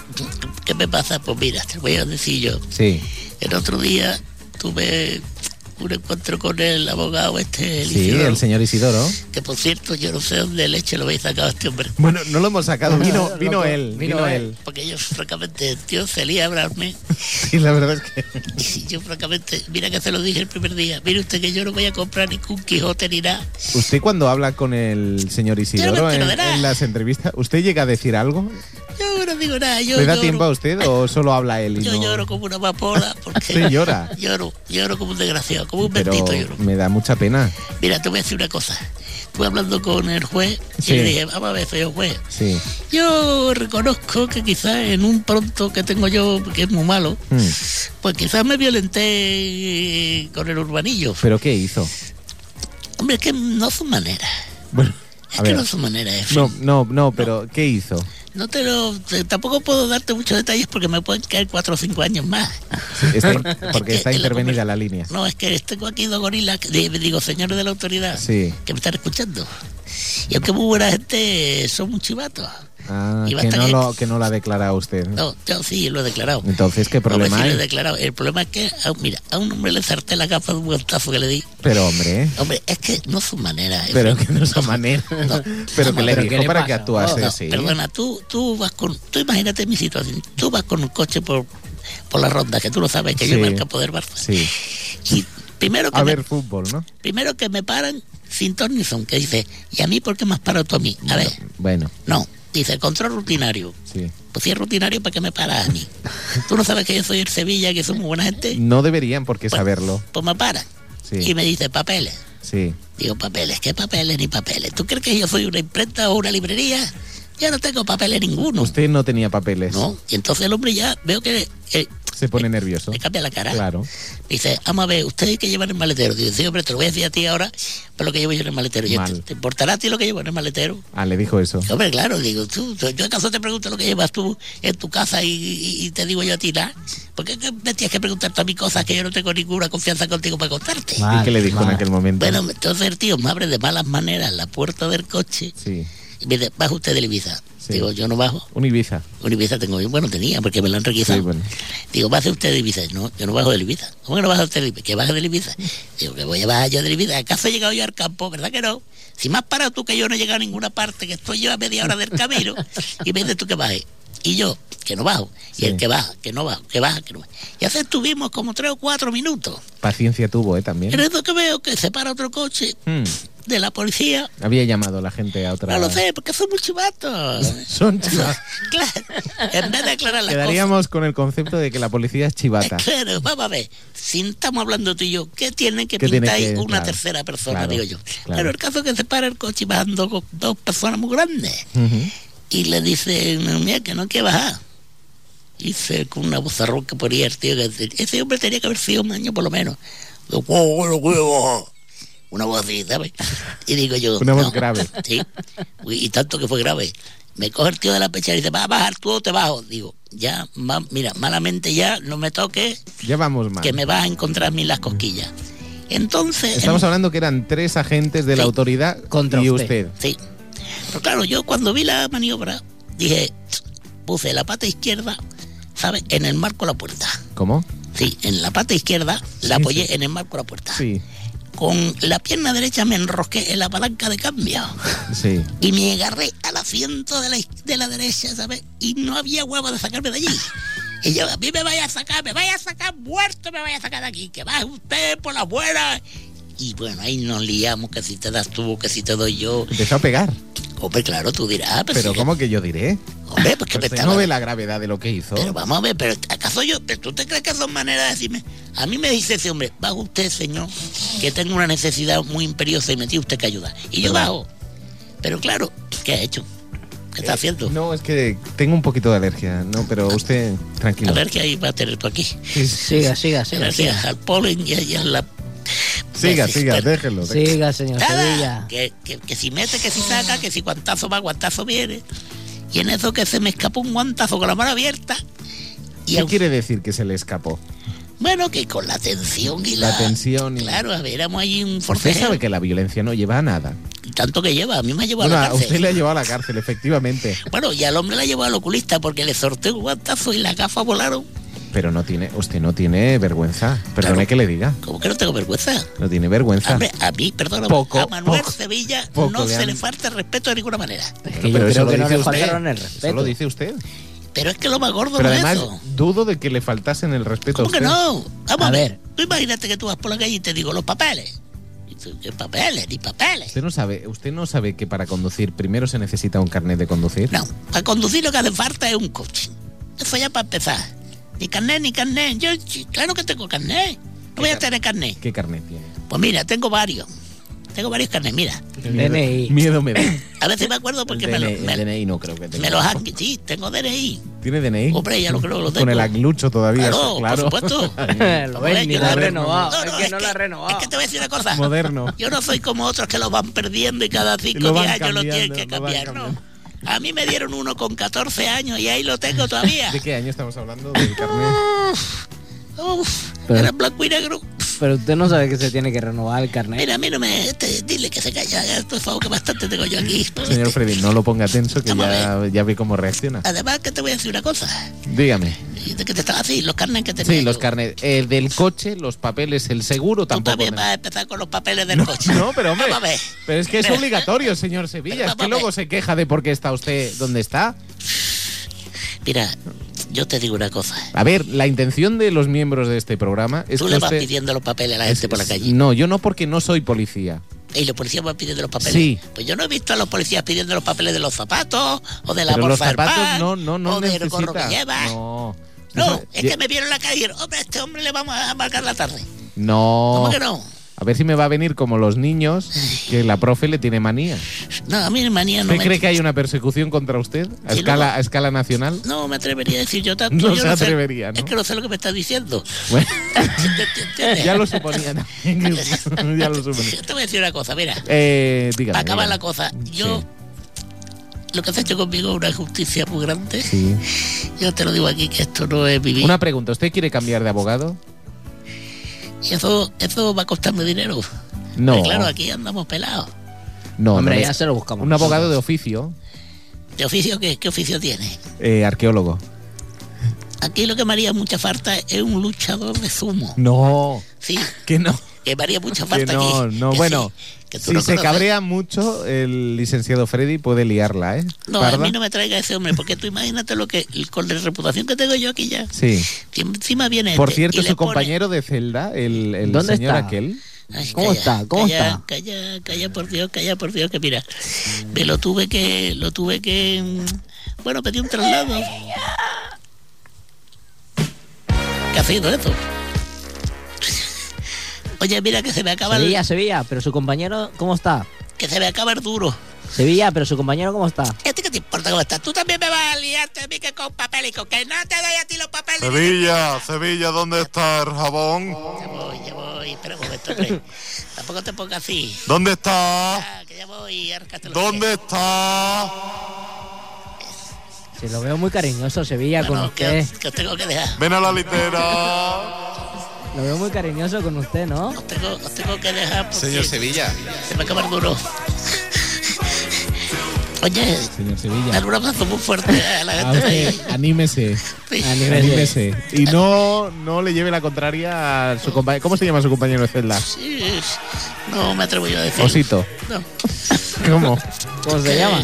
S3: ¿Qué me pasa? Pues mira, te lo voy a decir yo.
S4: Sí,
S3: El otro día tuve un encuentro con el abogado este, el
S4: sí,
S3: Isidoro,
S4: el señor Isidoro.
S3: que por cierto yo no sé dónde leche lo habéis sacado a este hombre.
S4: Bueno, no lo hemos sacado, vino,
S2: no,
S4: vino
S2: no,
S4: él, vino,
S2: vino
S4: él.
S2: él.
S3: Porque yo francamente, el tío, salía a hablarme
S4: Sí, la verdad es que...
S3: y si yo francamente, mira que se lo dije el primer día, mire usted que yo no voy a comprar ningún Quijote ni nada.
S4: ¿Usted cuando habla con el señor Isidoro en,
S3: entero de nada.
S4: en las entrevistas, usted llega a decir algo?
S3: Yo no digo nada, yo
S4: ¿Le da
S3: lloro,
S4: tiempo a usted o solo habla él y
S3: yo
S4: no?
S3: lloro como una amapola porque
S4: Usted llora.
S3: lloro, lloro como un desgraciado, como un
S4: Pero
S3: bendito lloro.
S4: me da mucha pena.
S3: Mira, te voy a decir una cosa. Estuve hablando con el juez y
S4: Sí.
S3: le dije, vamos a ver, señor juez,
S4: Sí.
S3: Yo reconozco que quizás en un pronto que tengo yo, que es muy malo,
S4: Mm.
S3: pues quizás me violenté con el urbanillo.
S4: ¿Pero qué hizo?
S3: Hombre, es que no son maneras.
S4: Bueno,
S3: Es
S4: a
S3: que
S4: ver.
S3: no son maneras. en fin.
S4: No, no, no, pero ¿qué hizo?
S3: No te lo, te- tampoco puedo darte muchos detalles porque me pueden caer cuatro o cinco
S4: *laughs*
S3: años más.
S4: Está in-
S3: *laughs*
S4: porque
S3: que
S4: está
S3: la
S4: intervenida la línea.
S3: No, es que tengo aquí dos gorilas, que- di- digo, señores de la autoridad,
S4: Sí.
S3: que me están escuchando. Y aunque muy buena gente, son muy chivatos.
S4: Ah,
S3: Y
S4: que
S3: basta
S4: no,
S3: que-
S4: lo, que no la declara usted.
S3: No, yo sí lo he declarado.
S4: Entonces, ¿qué
S3: Hombre,
S4: problema
S3: sí lo he
S4: hay?
S3: declarado. El problema es que, a- mira, a un hombre le salté la capa de un guantazo que le di.
S4: Pero, hombre,
S3: Hombre, es que no su manera. en
S4: pero
S3: fin.
S4: que *laughs* no es la manera.
S3: No,
S4: Pero
S3: no,
S4: que
S2: pero
S4: le
S2: ¿qué
S4: dijo
S2: le
S4: para que
S2: pasa?
S4: actuase
S3: no,
S4: así.
S3: Perdona, tú, tú vas con. Tú imagínate mi situación. Tú vas con un coche por, por la ronda, que tú lo sabes, que yo
S4: Sí.
S3: voy al campo del Barça.
S4: Sí.
S3: Y primero que,
S4: A
S3: me,
S4: ver fútbol, ¿no?
S3: primero que me paran sin Tornison, que dice, ¿y a mí por qué me has parado tú a mí? A ver,
S4: Bueno,
S3: no. Dice, control rutinario.
S4: Sí.
S3: Pues si es rutinario, ¿para qué me paras a mí? Tú no sabes que yo soy el Sevilla, que soy muy buena gente.
S4: No deberían por qué
S3: Pues-
S4: saberlo.
S3: Pues me paran. Y
S4: Sí.
S3: me dice, papeles.
S4: Sí.
S3: Digo, papeles, ¿qué papeles ni papeles? ¿Tú crees que yo soy una imprenta o una librería? Yo no tengo papeles ninguno.
S4: Usted no tenía papeles.
S3: No, y entonces el hombre ya veo que eh,
S4: Se pone nervioso.
S3: le cambia la cara.
S4: Claro.
S3: Dice, vamos a ver, ¿ustedes qué llevan en el maletero? Dice, sí, hombre, te lo voy a decir a ti ahora, pero lo que llevo yo en el maletero. Y yo,
S4: Mal.
S3: ¿te, te importará a ti lo que llevo en el maletero?
S4: Ah, le dijo eso.
S3: Hombre, claro, digo, tú, tú- yo acaso te pregunto lo que llevas tú en tu casa y, y- y te digo yo a ti nada. ¿Por qué que me tienes que preguntar tú a mí cosas que yo no tengo ninguna confianza contigo para contarte?
S4: ¿Y qué le dijo en aquel momento?
S3: Bueno, entonces el tío me abre de malas maneras la puerta del coche
S4: Sí.
S3: y me dice, baja usted del Ibiza.
S4: Sí.
S3: Digo, yo no bajo.
S4: Un Ibiza.
S3: Un Ibiza tengo yo, bueno, tenía, porque me lo han requisado.
S4: Sí, bueno.
S3: Digo, baje usted de Ibiza. No, yo no bajo de Ibiza. ¿Cómo que no baja usted de Ibiza? Que baje de Ibiza. Digo, que voy a bajar yo de Ibiza. ¿Acaso he llegado yo al campo? ¿Verdad que no? Si me has parado tú que yo no he llegado a ninguna parte, que estoy yo a media hora del camino, y me dices tú que baje. Y yo, que no bajo. Y el
S4: Sí.
S3: que baja, que no bajo, que baja, que no baja. Y así estuvimos como tres o cuatro minutos.
S4: Paciencia tuvo, ¿eh?
S3: En
S4: También.
S3: eso que veo que se para otro coche
S4: Hmm.
S3: de la policía.
S4: Había llamado la gente a otra.
S3: No lo sé, porque son muy chivatos.
S4: Son
S3: *laughs*
S4: chivas.
S3: claro, en vez de aclarar las cosas.
S4: Quedaríamos con el concepto de que la policía es
S3: *laughs*
S4: chivata.
S3: Claro, vamos a ver. Si estamos hablando tú y yo, ¿qué tiene que
S4: ¿Qué tiene
S3: pintar ahí
S4: que-
S3: una
S4: claro,
S3: tercera persona,
S4: claro,
S3: digo yo?
S4: claro.
S3: Claro, el caso es que se para el coche y bajan dos, dos personas muy grandes.
S4: Ujú.
S3: Y le dicen, mira, que no hay que bajar. Dice con una bozarrón que ponía el tío, que dice, ese hombre tenía que haber sido un año por lo menos. Digo, "Oh, bueno, voy a bajar". Una voz así, ¿sabes? Y digo yo.
S4: Una voz grave.
S3: Sí. Uy, Y tanto que fue grave. Me coge el tío de la pechera y dice, ¿vas a bajar tú o te bajo? Digo, ya, ma- mira, malamente ya, no me toques
S4: Ya vamos mal.
S3: que me vas a encontrar a mí las cosquillas. Entonces.
S4: Estamos
S3: em-
S4: hablando que eran tres agentes de la
S3: Sí.
S4: autoridad
S2: Contra
S4: y
S2: usted.
S4: usted.
S3: Sí. Pero claro, yo cuando vi la maniobra, dije, puse la pata izquierda, ¿sabes? En el marco de la puerta.
S4: ¿Cómo?
S3: Sí, en la pata izquierda la apoyé en el marco de la puerta.
S4: Sí,
S3: Con la pierna derecha me enrosqué en la palanca de cambio
S4: sí.
S3: y me agarré al asiento de la, iz- de la derecha, ¿sabes? Y no había huevo de sacarme de allí. Y yo, a mí me vaya a sacar, me vaya a sacar muerto, me vaya a sacar de aquí, que baje usted por la buena. Y bueno, ahí nos liamos, que si te das tú, que si te doy yo.
S4: Empezó a pegar.
S3: Hombre, claro, tú dirás, ah, pero,
S4: Pero
S3: sí,
S4: ¿cómo que yo diré?
S3: hombre, pues que me
S4: Usted
S3: estaba-
S4: no ve la gravedad de lo que hizo.
S3: Pero vamos a ver, pero ¿acaso yo, pero tú te crees que son maneras de decirme? A mí me dice ese hombre, bajo usted, señor, que tengo una necesidad muy imperiosa y me tiene usted que ayudar. Y yo
S4: Verdad.
S3: bajo. Pero claro, ¿qué ha hecho? ¿Qué
S4: Eh,
S3: está haciendo?
S4: No, es que tengo un poquito de alergia. No, pero usted,
S3: A
S4: tranquilo.
S3: ver qué ahí va a tener tú aquí.
S4: Sí, sí.
S2: Siga, siga, siga.
S3: Gracias al polen y a y a la...
S4: Siga, siga,
S3: Pero-
S4: déjelo. déjelo.
S2: Siga, señor
S3: Nada,
S2: Sevilla.
S3: que, que- que si mete, que si saca, que si guantazo va, guantazo viene. Y en eso que se me escapó un guantazo con la mano abierta. Y
S4: ¿Qué
S3: aunque-
S4: quiere decir que se le escapó?
S3: Bueno, que con la tensión y la...
S4: La tensión y-
S3: Claro, a ver, éramos ahí un
S4: Usted
S3: forcejeo.
S4: sabe que la violencia no lleva a nada.
S3: Tanto que lleva, a mí me ha llevado
S4: Bueno,
S3: a la
S4: a
S3: cárcel.
S4: usted le ha llevado a la cárcel, efectivamente.
S3: Bueno, y al hombre la llevó al oculista porque le sorteó un guantazo y las gafas volaron.
S4: Pero no tiene, usted no tiene vergüenza. Perdone
S3: Claro.
S4: que le diga.
S3: Como que no tengo vergüenza.
S4: No tiene vergüenza.
S3: Hombre, a mí, perdón,
S4: Ah. Poco,
S3: a Manuel
S4: poco,
S3: Sevilla
S4: poco
S3: no
S4: le
S3: se
S4: han-
S3: le falta respeto de ninguna manera.
S2: Es que
S4: Bueno,
S2: yo
S4: pero eso
S2: creo
S4: lo
S2: que no
S4: dice
S2: le
S4: usted.
S2: faltaron el
S4: Eso lo
S2: respeto.
S4: dice usted.
S3: Pero es que lo más gordo
S4: Pero
S3: no es
S4: además,
S3: eso.
S4: dudo de que le faltasen el respeto a
S3: ¿Cómo que
S4: usted.
S3: no? Vamos
S2: A
S3: a ver.
S2: ver.
S3: Tú imagínate que tú vas por la calle y te digo los papeles. Y tú, ¿qué papeles? Ni papeles.
S4: Usted no sabe, usted no sabe que para conducir primero se necesita un carnet de conducir.
S3: No, para conducir lo que hace falta es un coche. Eso ya para empezar. Ni carnet, ni carnet. Yo, sí, claro que tengo carnet. No voy a tener carnet.
S4: ¿Qué carnet tiene?
S3: Pues mira, tengo varios. Tengo varios carnets, mira.
S2: El DNI.
S4: Miedo me da.
S3: *coughs* A ver si me acuerdo porque me, lo-
S4: DNI
S3: me-
S4: el E. DNI no creo que tenga.
S3: me los han... Sí, tengo DNI.
S4: ¿Tiene DNI?
S3: Hombre, ya lo creo que lo tengo.
S4: Con el aglucho todavía,
S3: Claro,
S4: claro.
S3: por supuesto.
S2: *laughs* Lo ves, ni
S3: Yo
S2: la ha
S3: no-
S2: renovado.
S3: no,
S2: Es
S3: no,
S2: que no la ha renovado.
S3: Es que te voy a decir una cosa.
S4: Moderno.
S3: Yo no soy como otros que lo van perdiendo y cada cinco
S4: Lo van
S3: 10 años lo tienen
S4: cambiando,
S3: que
S4: lo van
S3: cambiar, ¿no? A mí me dieron uno con 14 años y ahí lo tengo todavía.
S4: *laughs* *laughs* ¿De qué año estamos hablando del carnet?
S3: Uf,
S2: Pero-
S3: era blanco y negro.
S2: Pero usted no sabe que se tiene que renovar el carnet.
S3: Mira, a mí no me... este, dile que se calla, eh, por favor, que bastante tengo yo aquí.
S4: Señor Freddy, no lo ponga tenso que
S3: Vamos a Ah,
S4: ya, ya vi cómo reacciona.
S3: Además, que te voy a decir una cosa.
S4: Dígame.
S3: Y de que te estaba así, los carnes que te
S4: Sí, los carnets. El del coche, los papeles, el seguro
S3: Tú
S4: tampoco.
S3: también ah,
S4: tenemos.
S3: vas a empezar con los papeles del coche.
S4: No, pero hombre.
S3: Vamos a ver.
S4: Pero es que es obligatorio, señor Sevilla. Es
S3: Vamos a
S4: que
S3: ver.
S4: luego se queja de por qué está usted donde está.
S3: Mira, yo te digo una cosa.
S4: A ver, la intención de los miembros de este programa es
S3: Tú
S4: que
S3: le vas
S4: usted.
S3: pidiendo los papeles a la gente por la calle.
S4: No, yo no porque no soy policía.
S3: y los policías van pidiendo los papeles.
S4: Sí.
S3: Pues yo no he visto a los policías pidiendo los papeles de los zapatos o de la
S4: Pero los
S3: bolsa del
S4: zapatos
S3: pan,
S4: no, no,
S3: o
S4: no
S3: del gorro que
S4: necesitas.
S3: llevas. No,
S4: No.
S3: es que me vieron la calle y dijeron, hombre, a este hombre le vamos a marcar la tarde.
S4: No.
S3: ¿Cómo que no?
S4: A ver si me va a venir como los niños, que la profe le tiene manía.
S3: No, a mí manía no
S4: ¿Usted
S3: me...
S4: cree que hay una persecución contra usted a
S3: Sí,
S4: escala,
S3: luego-
S4: a escala nacional?
S3: No me atrevería a decir yo tanto.
S4: No
S3: yo
S4: se
S3: sé-
S4: atrevería, ¿no?
S3: Es que no sé lo que me
S4: *laughs*
S3: estás diciendo.
S4: Bueno,
S3: ¿Entiendes?
S4: ya lo suponía.
S3: *laughs*
S4: también, ya lo suponía.
S3: Te voy a decir una cosa, mira.
S4: Eh, dígame,
S3: Para acabar
S4: dígame.
S3: la cosa, yo.
S4: Sí.
S3: Lo que has hecho conmigo es una injusticia muy grande.
S4: Sí.
S3: Yo te lo digo aquí que esto no es vivir.
S4: Una pregunta, ¿usted quiere cambiar de abogado?
S3: Y eso, eso va a costarme dinero.
S4: No.
S3: Pero claro, aquí andamos pelados.
S4: No,
S2: Hombre,
S4: no,
S2: ya
S4: es-
S2: se lo buscamos.
S4: Un abogado de oficio,
S3: ¿De oficio qué, qué oficio tiene?
S4: eh, arqueólogo.
S3: Aquí lo que me haría mucha falta es un luchador de sumo.
S4: No,
S3: Sí,
S4: que
S3: *laughs*
S4: no.
S3: que me haría
S4: *laughs*
S3: mucha
S4: Que
S3: falta
S4: no,
S3: aquí.
S4: no,
S3: Que
S4: bueno.
S3: sí, que tú
S4: Si
S3: no
S4: se
S3: conoces.
S4: cabrea mucho, el licenciado Freddy puede liarla, ¿eh?
S3: No, a
S4: ¿Parda?
S3: mí no me traiga ese hombre, porque tú imagínate lo que con la reputación que tengo yo aquí ya.
S4: Sí.
S3: Si encima viene
S4: Por
S3: este y
S4: cierto,
S3: le
S4: su
S3: pone-
S4: compañero de celda, el, el
S2: ¿Dónde
S4: señor
S2: está?
S4: aquel.
S3: Ay,
S2: ¿Cómo
S3: calla,
S2: está? ¿Cómo
S3: calla,
S2: está?
S3: Calla, calla, por Dios, calla, por Dios, que mira, me lo tuve que, lo tuve que, mm, bueno, pedí un traslado. ¿Qué ha sido eso? Oye, mira que se me acaba el,
S2: Sevilla, Sevilla, pero su compañero, ¿cómo está?
S3: que se me acaba el duro.
S2: Sevilla, pero su compañero, ¿cómo está?
S3: ¿A ti qué te importa cómo estás? Tú también me vas a liarte a mí que con papel y con que no te doy a ti los papeles.
S5: Sevilla, Sevilla, ¿dónde está el jabón?
S3: Ya voy, ya voy, espera un momento, hombre. *laughs* Tampoco te pongas así.
S5: ¿Dónde está?
S3: Ah, que ya voy, árcatelo.
S5: ¿Dónde está?
S2: Se lo veo muy cariñoso, Sevilla, con
S3: Bueno, que,
S2: usted.
S3: os- que os tengo que dejar.
S5: Ven a la litera.
S2: Lo veo muy cariñoso con usted, ¿no?
S3: Os tengo, os tengo que dejar porque
S6: Señor Sevilla.
S3: se me acaba el duro. Oye,
S4: Señor Sevilla. Ah,
S3: dale un abrazo muy fuerte a la gente de ahí.
S4: *laughs* anímese,
S3: Sí.
S2: A nivel de-
S4: anímese. Y no, no le lleve la contraria a su compañero. ¿Cómo se llama su compañero de celda?
S3: Sí, No me atrevo yo a decir.
S4: Osito.
S3: No. *laughs*
S4: ¿Cómo?
S2: ¿Cómo se llama?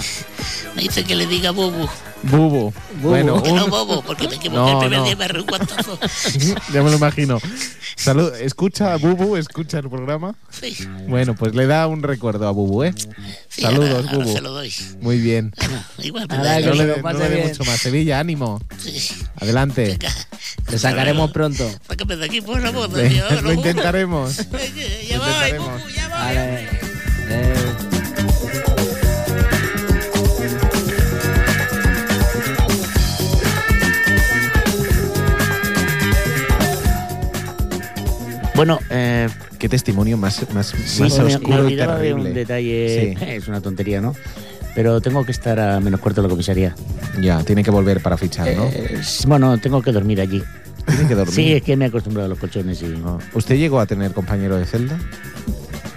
S3: Me dice que le diga bobo.
S4: Bubu.
S2: Bubu.
S4: Bueno,
S2: Que
S3: *laughs* Que no
S4: un-
S3: bobo, porque me equivoqué
S4: No,
S3: el primer
S4: no.
S3: día y me arregló un guantazo.
S4: *laughs* ya me lo imagino. Salud. Escucha a Bubu, escucha el programa.
S3: Sí,
S4: Bueno, pues le da un recuerdo a Bubu, ¿eh?
S3: sí,
S4: Saludos,
S3: ahora, ahora
S4: bobo.
S3: se lo doy.
S4: Muy bien.
S3: Bueno, igual me
S2: Ahora
S3: da
S4: No
S2: que
S4: le,
S2: lo
S4: dé- no
S2: pase
S4: le dé
S2: bien.
S4: mucho más. Sevilla, ánimo.
S3: Sí.
S4: Adelante.
S3: Venga.
S2: Le sacaremos pronto.
S3: Sácame de aquí, por favor.
S4: *laughs*
S3: Dios,
S4: Lo
S3: no.
S4: intentaremos.
S3: Oye, Ya
S4: Lo
S3: voy,
S4: intentaremos.
S3: bobo, ya voy.
S2: Vale. Eh.
S1: Bueno, eh,
S4: Qué testimonio más, más,
S1: sí,
S4: más
S1: me- me,
S4: oscuro y
S1: olvidaba de un
S4: terrible.
S1: detalle.
S4: Sí.
S1: *laughs* Es una tontería, ¿no? Pero tengo que estar a menos cuarto de la comisaría.
S4: Ya, tiene que volver para fichar, ¿no?
S1: Eh, bueno, tengo que dormir allí.
S4: Tiene que dormir.
S1: Sí, es que me he acostumbrado a los colchones y
S4: No. ¿Usted llegó a tener compañero de celda?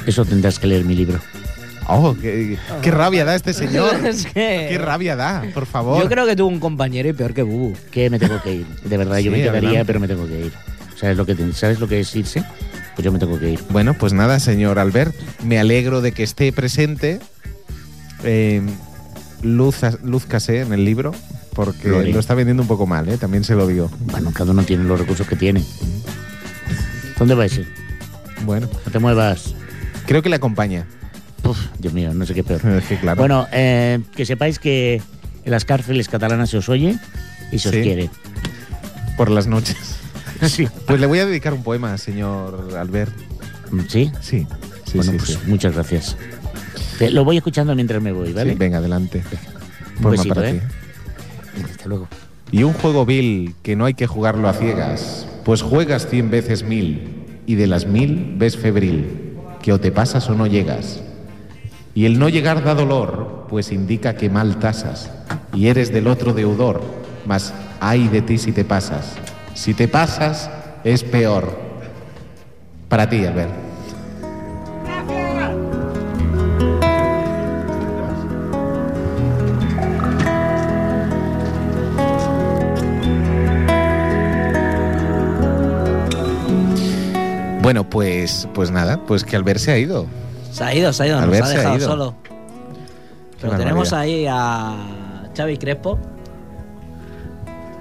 S1: eso tendrás que leer mi libro.
S4: Oh, qué, qué
S2: Ah.
S4: rabia da
S2: *laughs*
S4: este *laughs* señor.
S2: Es que-
S4: Qué rabia da, por favor.
S2: Yo creo que tuvo un compañero y peor que Bubu.
S1: Que me tengo que ir. De verdad, yo
S4: Sí,
S1: me quedaría,
S4: adelante.
S1: pero me tengo que ir. ¿Sabes lo que, te- ¿Sabes lo que es irse? Pues yo me tengo que ir.
S4: Bueno, pues nada, señor Albert, me alegro de que esté presente. Eh, luz, lúzcase en el libro, porque
S1: Lo
S4: lo,
S1: haré.
S4: está vendiendo un poco mal, ¿eh? también se lo digo.
S1: Bueno, cada uno tiene los recursos que tiene. ¿Dónde vais? eh?
S4: Bueno,
S1: No te muevas.
S4: creo que le acompaña. *laughs*
S1: Uf, Dios mío, no sé qué peor.
S4: Es que claro.
S1: Bueno, eh, que sepáis que en las cárceles catalanas se os oye y se os
S4: Sí. *laughs*
S1: quiere.
S4: por las noches.
S1: Sí.
S4: Pues le voy a dedicar un poema, señor Albert.
S1: ¿Sí?
S4: Sí, sí,
S1: bueno,
S4: sí,
S1: pues
S4: sí.
S1: muchas gracias. Te- lo voy escuchando mientras me voy, ¿vale?
S4: Sí, venga, adelante.
S1: Un
S4: Poema
S1: besito,
S4: para
S1: ¿eh?
S4: ti.
S1: Hasta luego.
S4: Y un juego vil que no hay que jugarlo a ciegas, pues juegas cien veces mil, y de las mil ves febril, que o te pasas o no llegas. Y el no llegar da dolor, pues indica que mal tasas, y eres del otro deudor, mas ay de ti si te pasas. Si te pasas, es peor. Para ti, Albert. Bueno, pues, pues nada, pues que Albert se ha ido.
S2: Se ha ido, se ha ido,
S4: Albert
S2: nos ha
S4: se ha
S2: dejado
S4: ido.
S2: solo. Pero
S4: barbaridad.
S2: tenemos ahí a Xavi Crespo.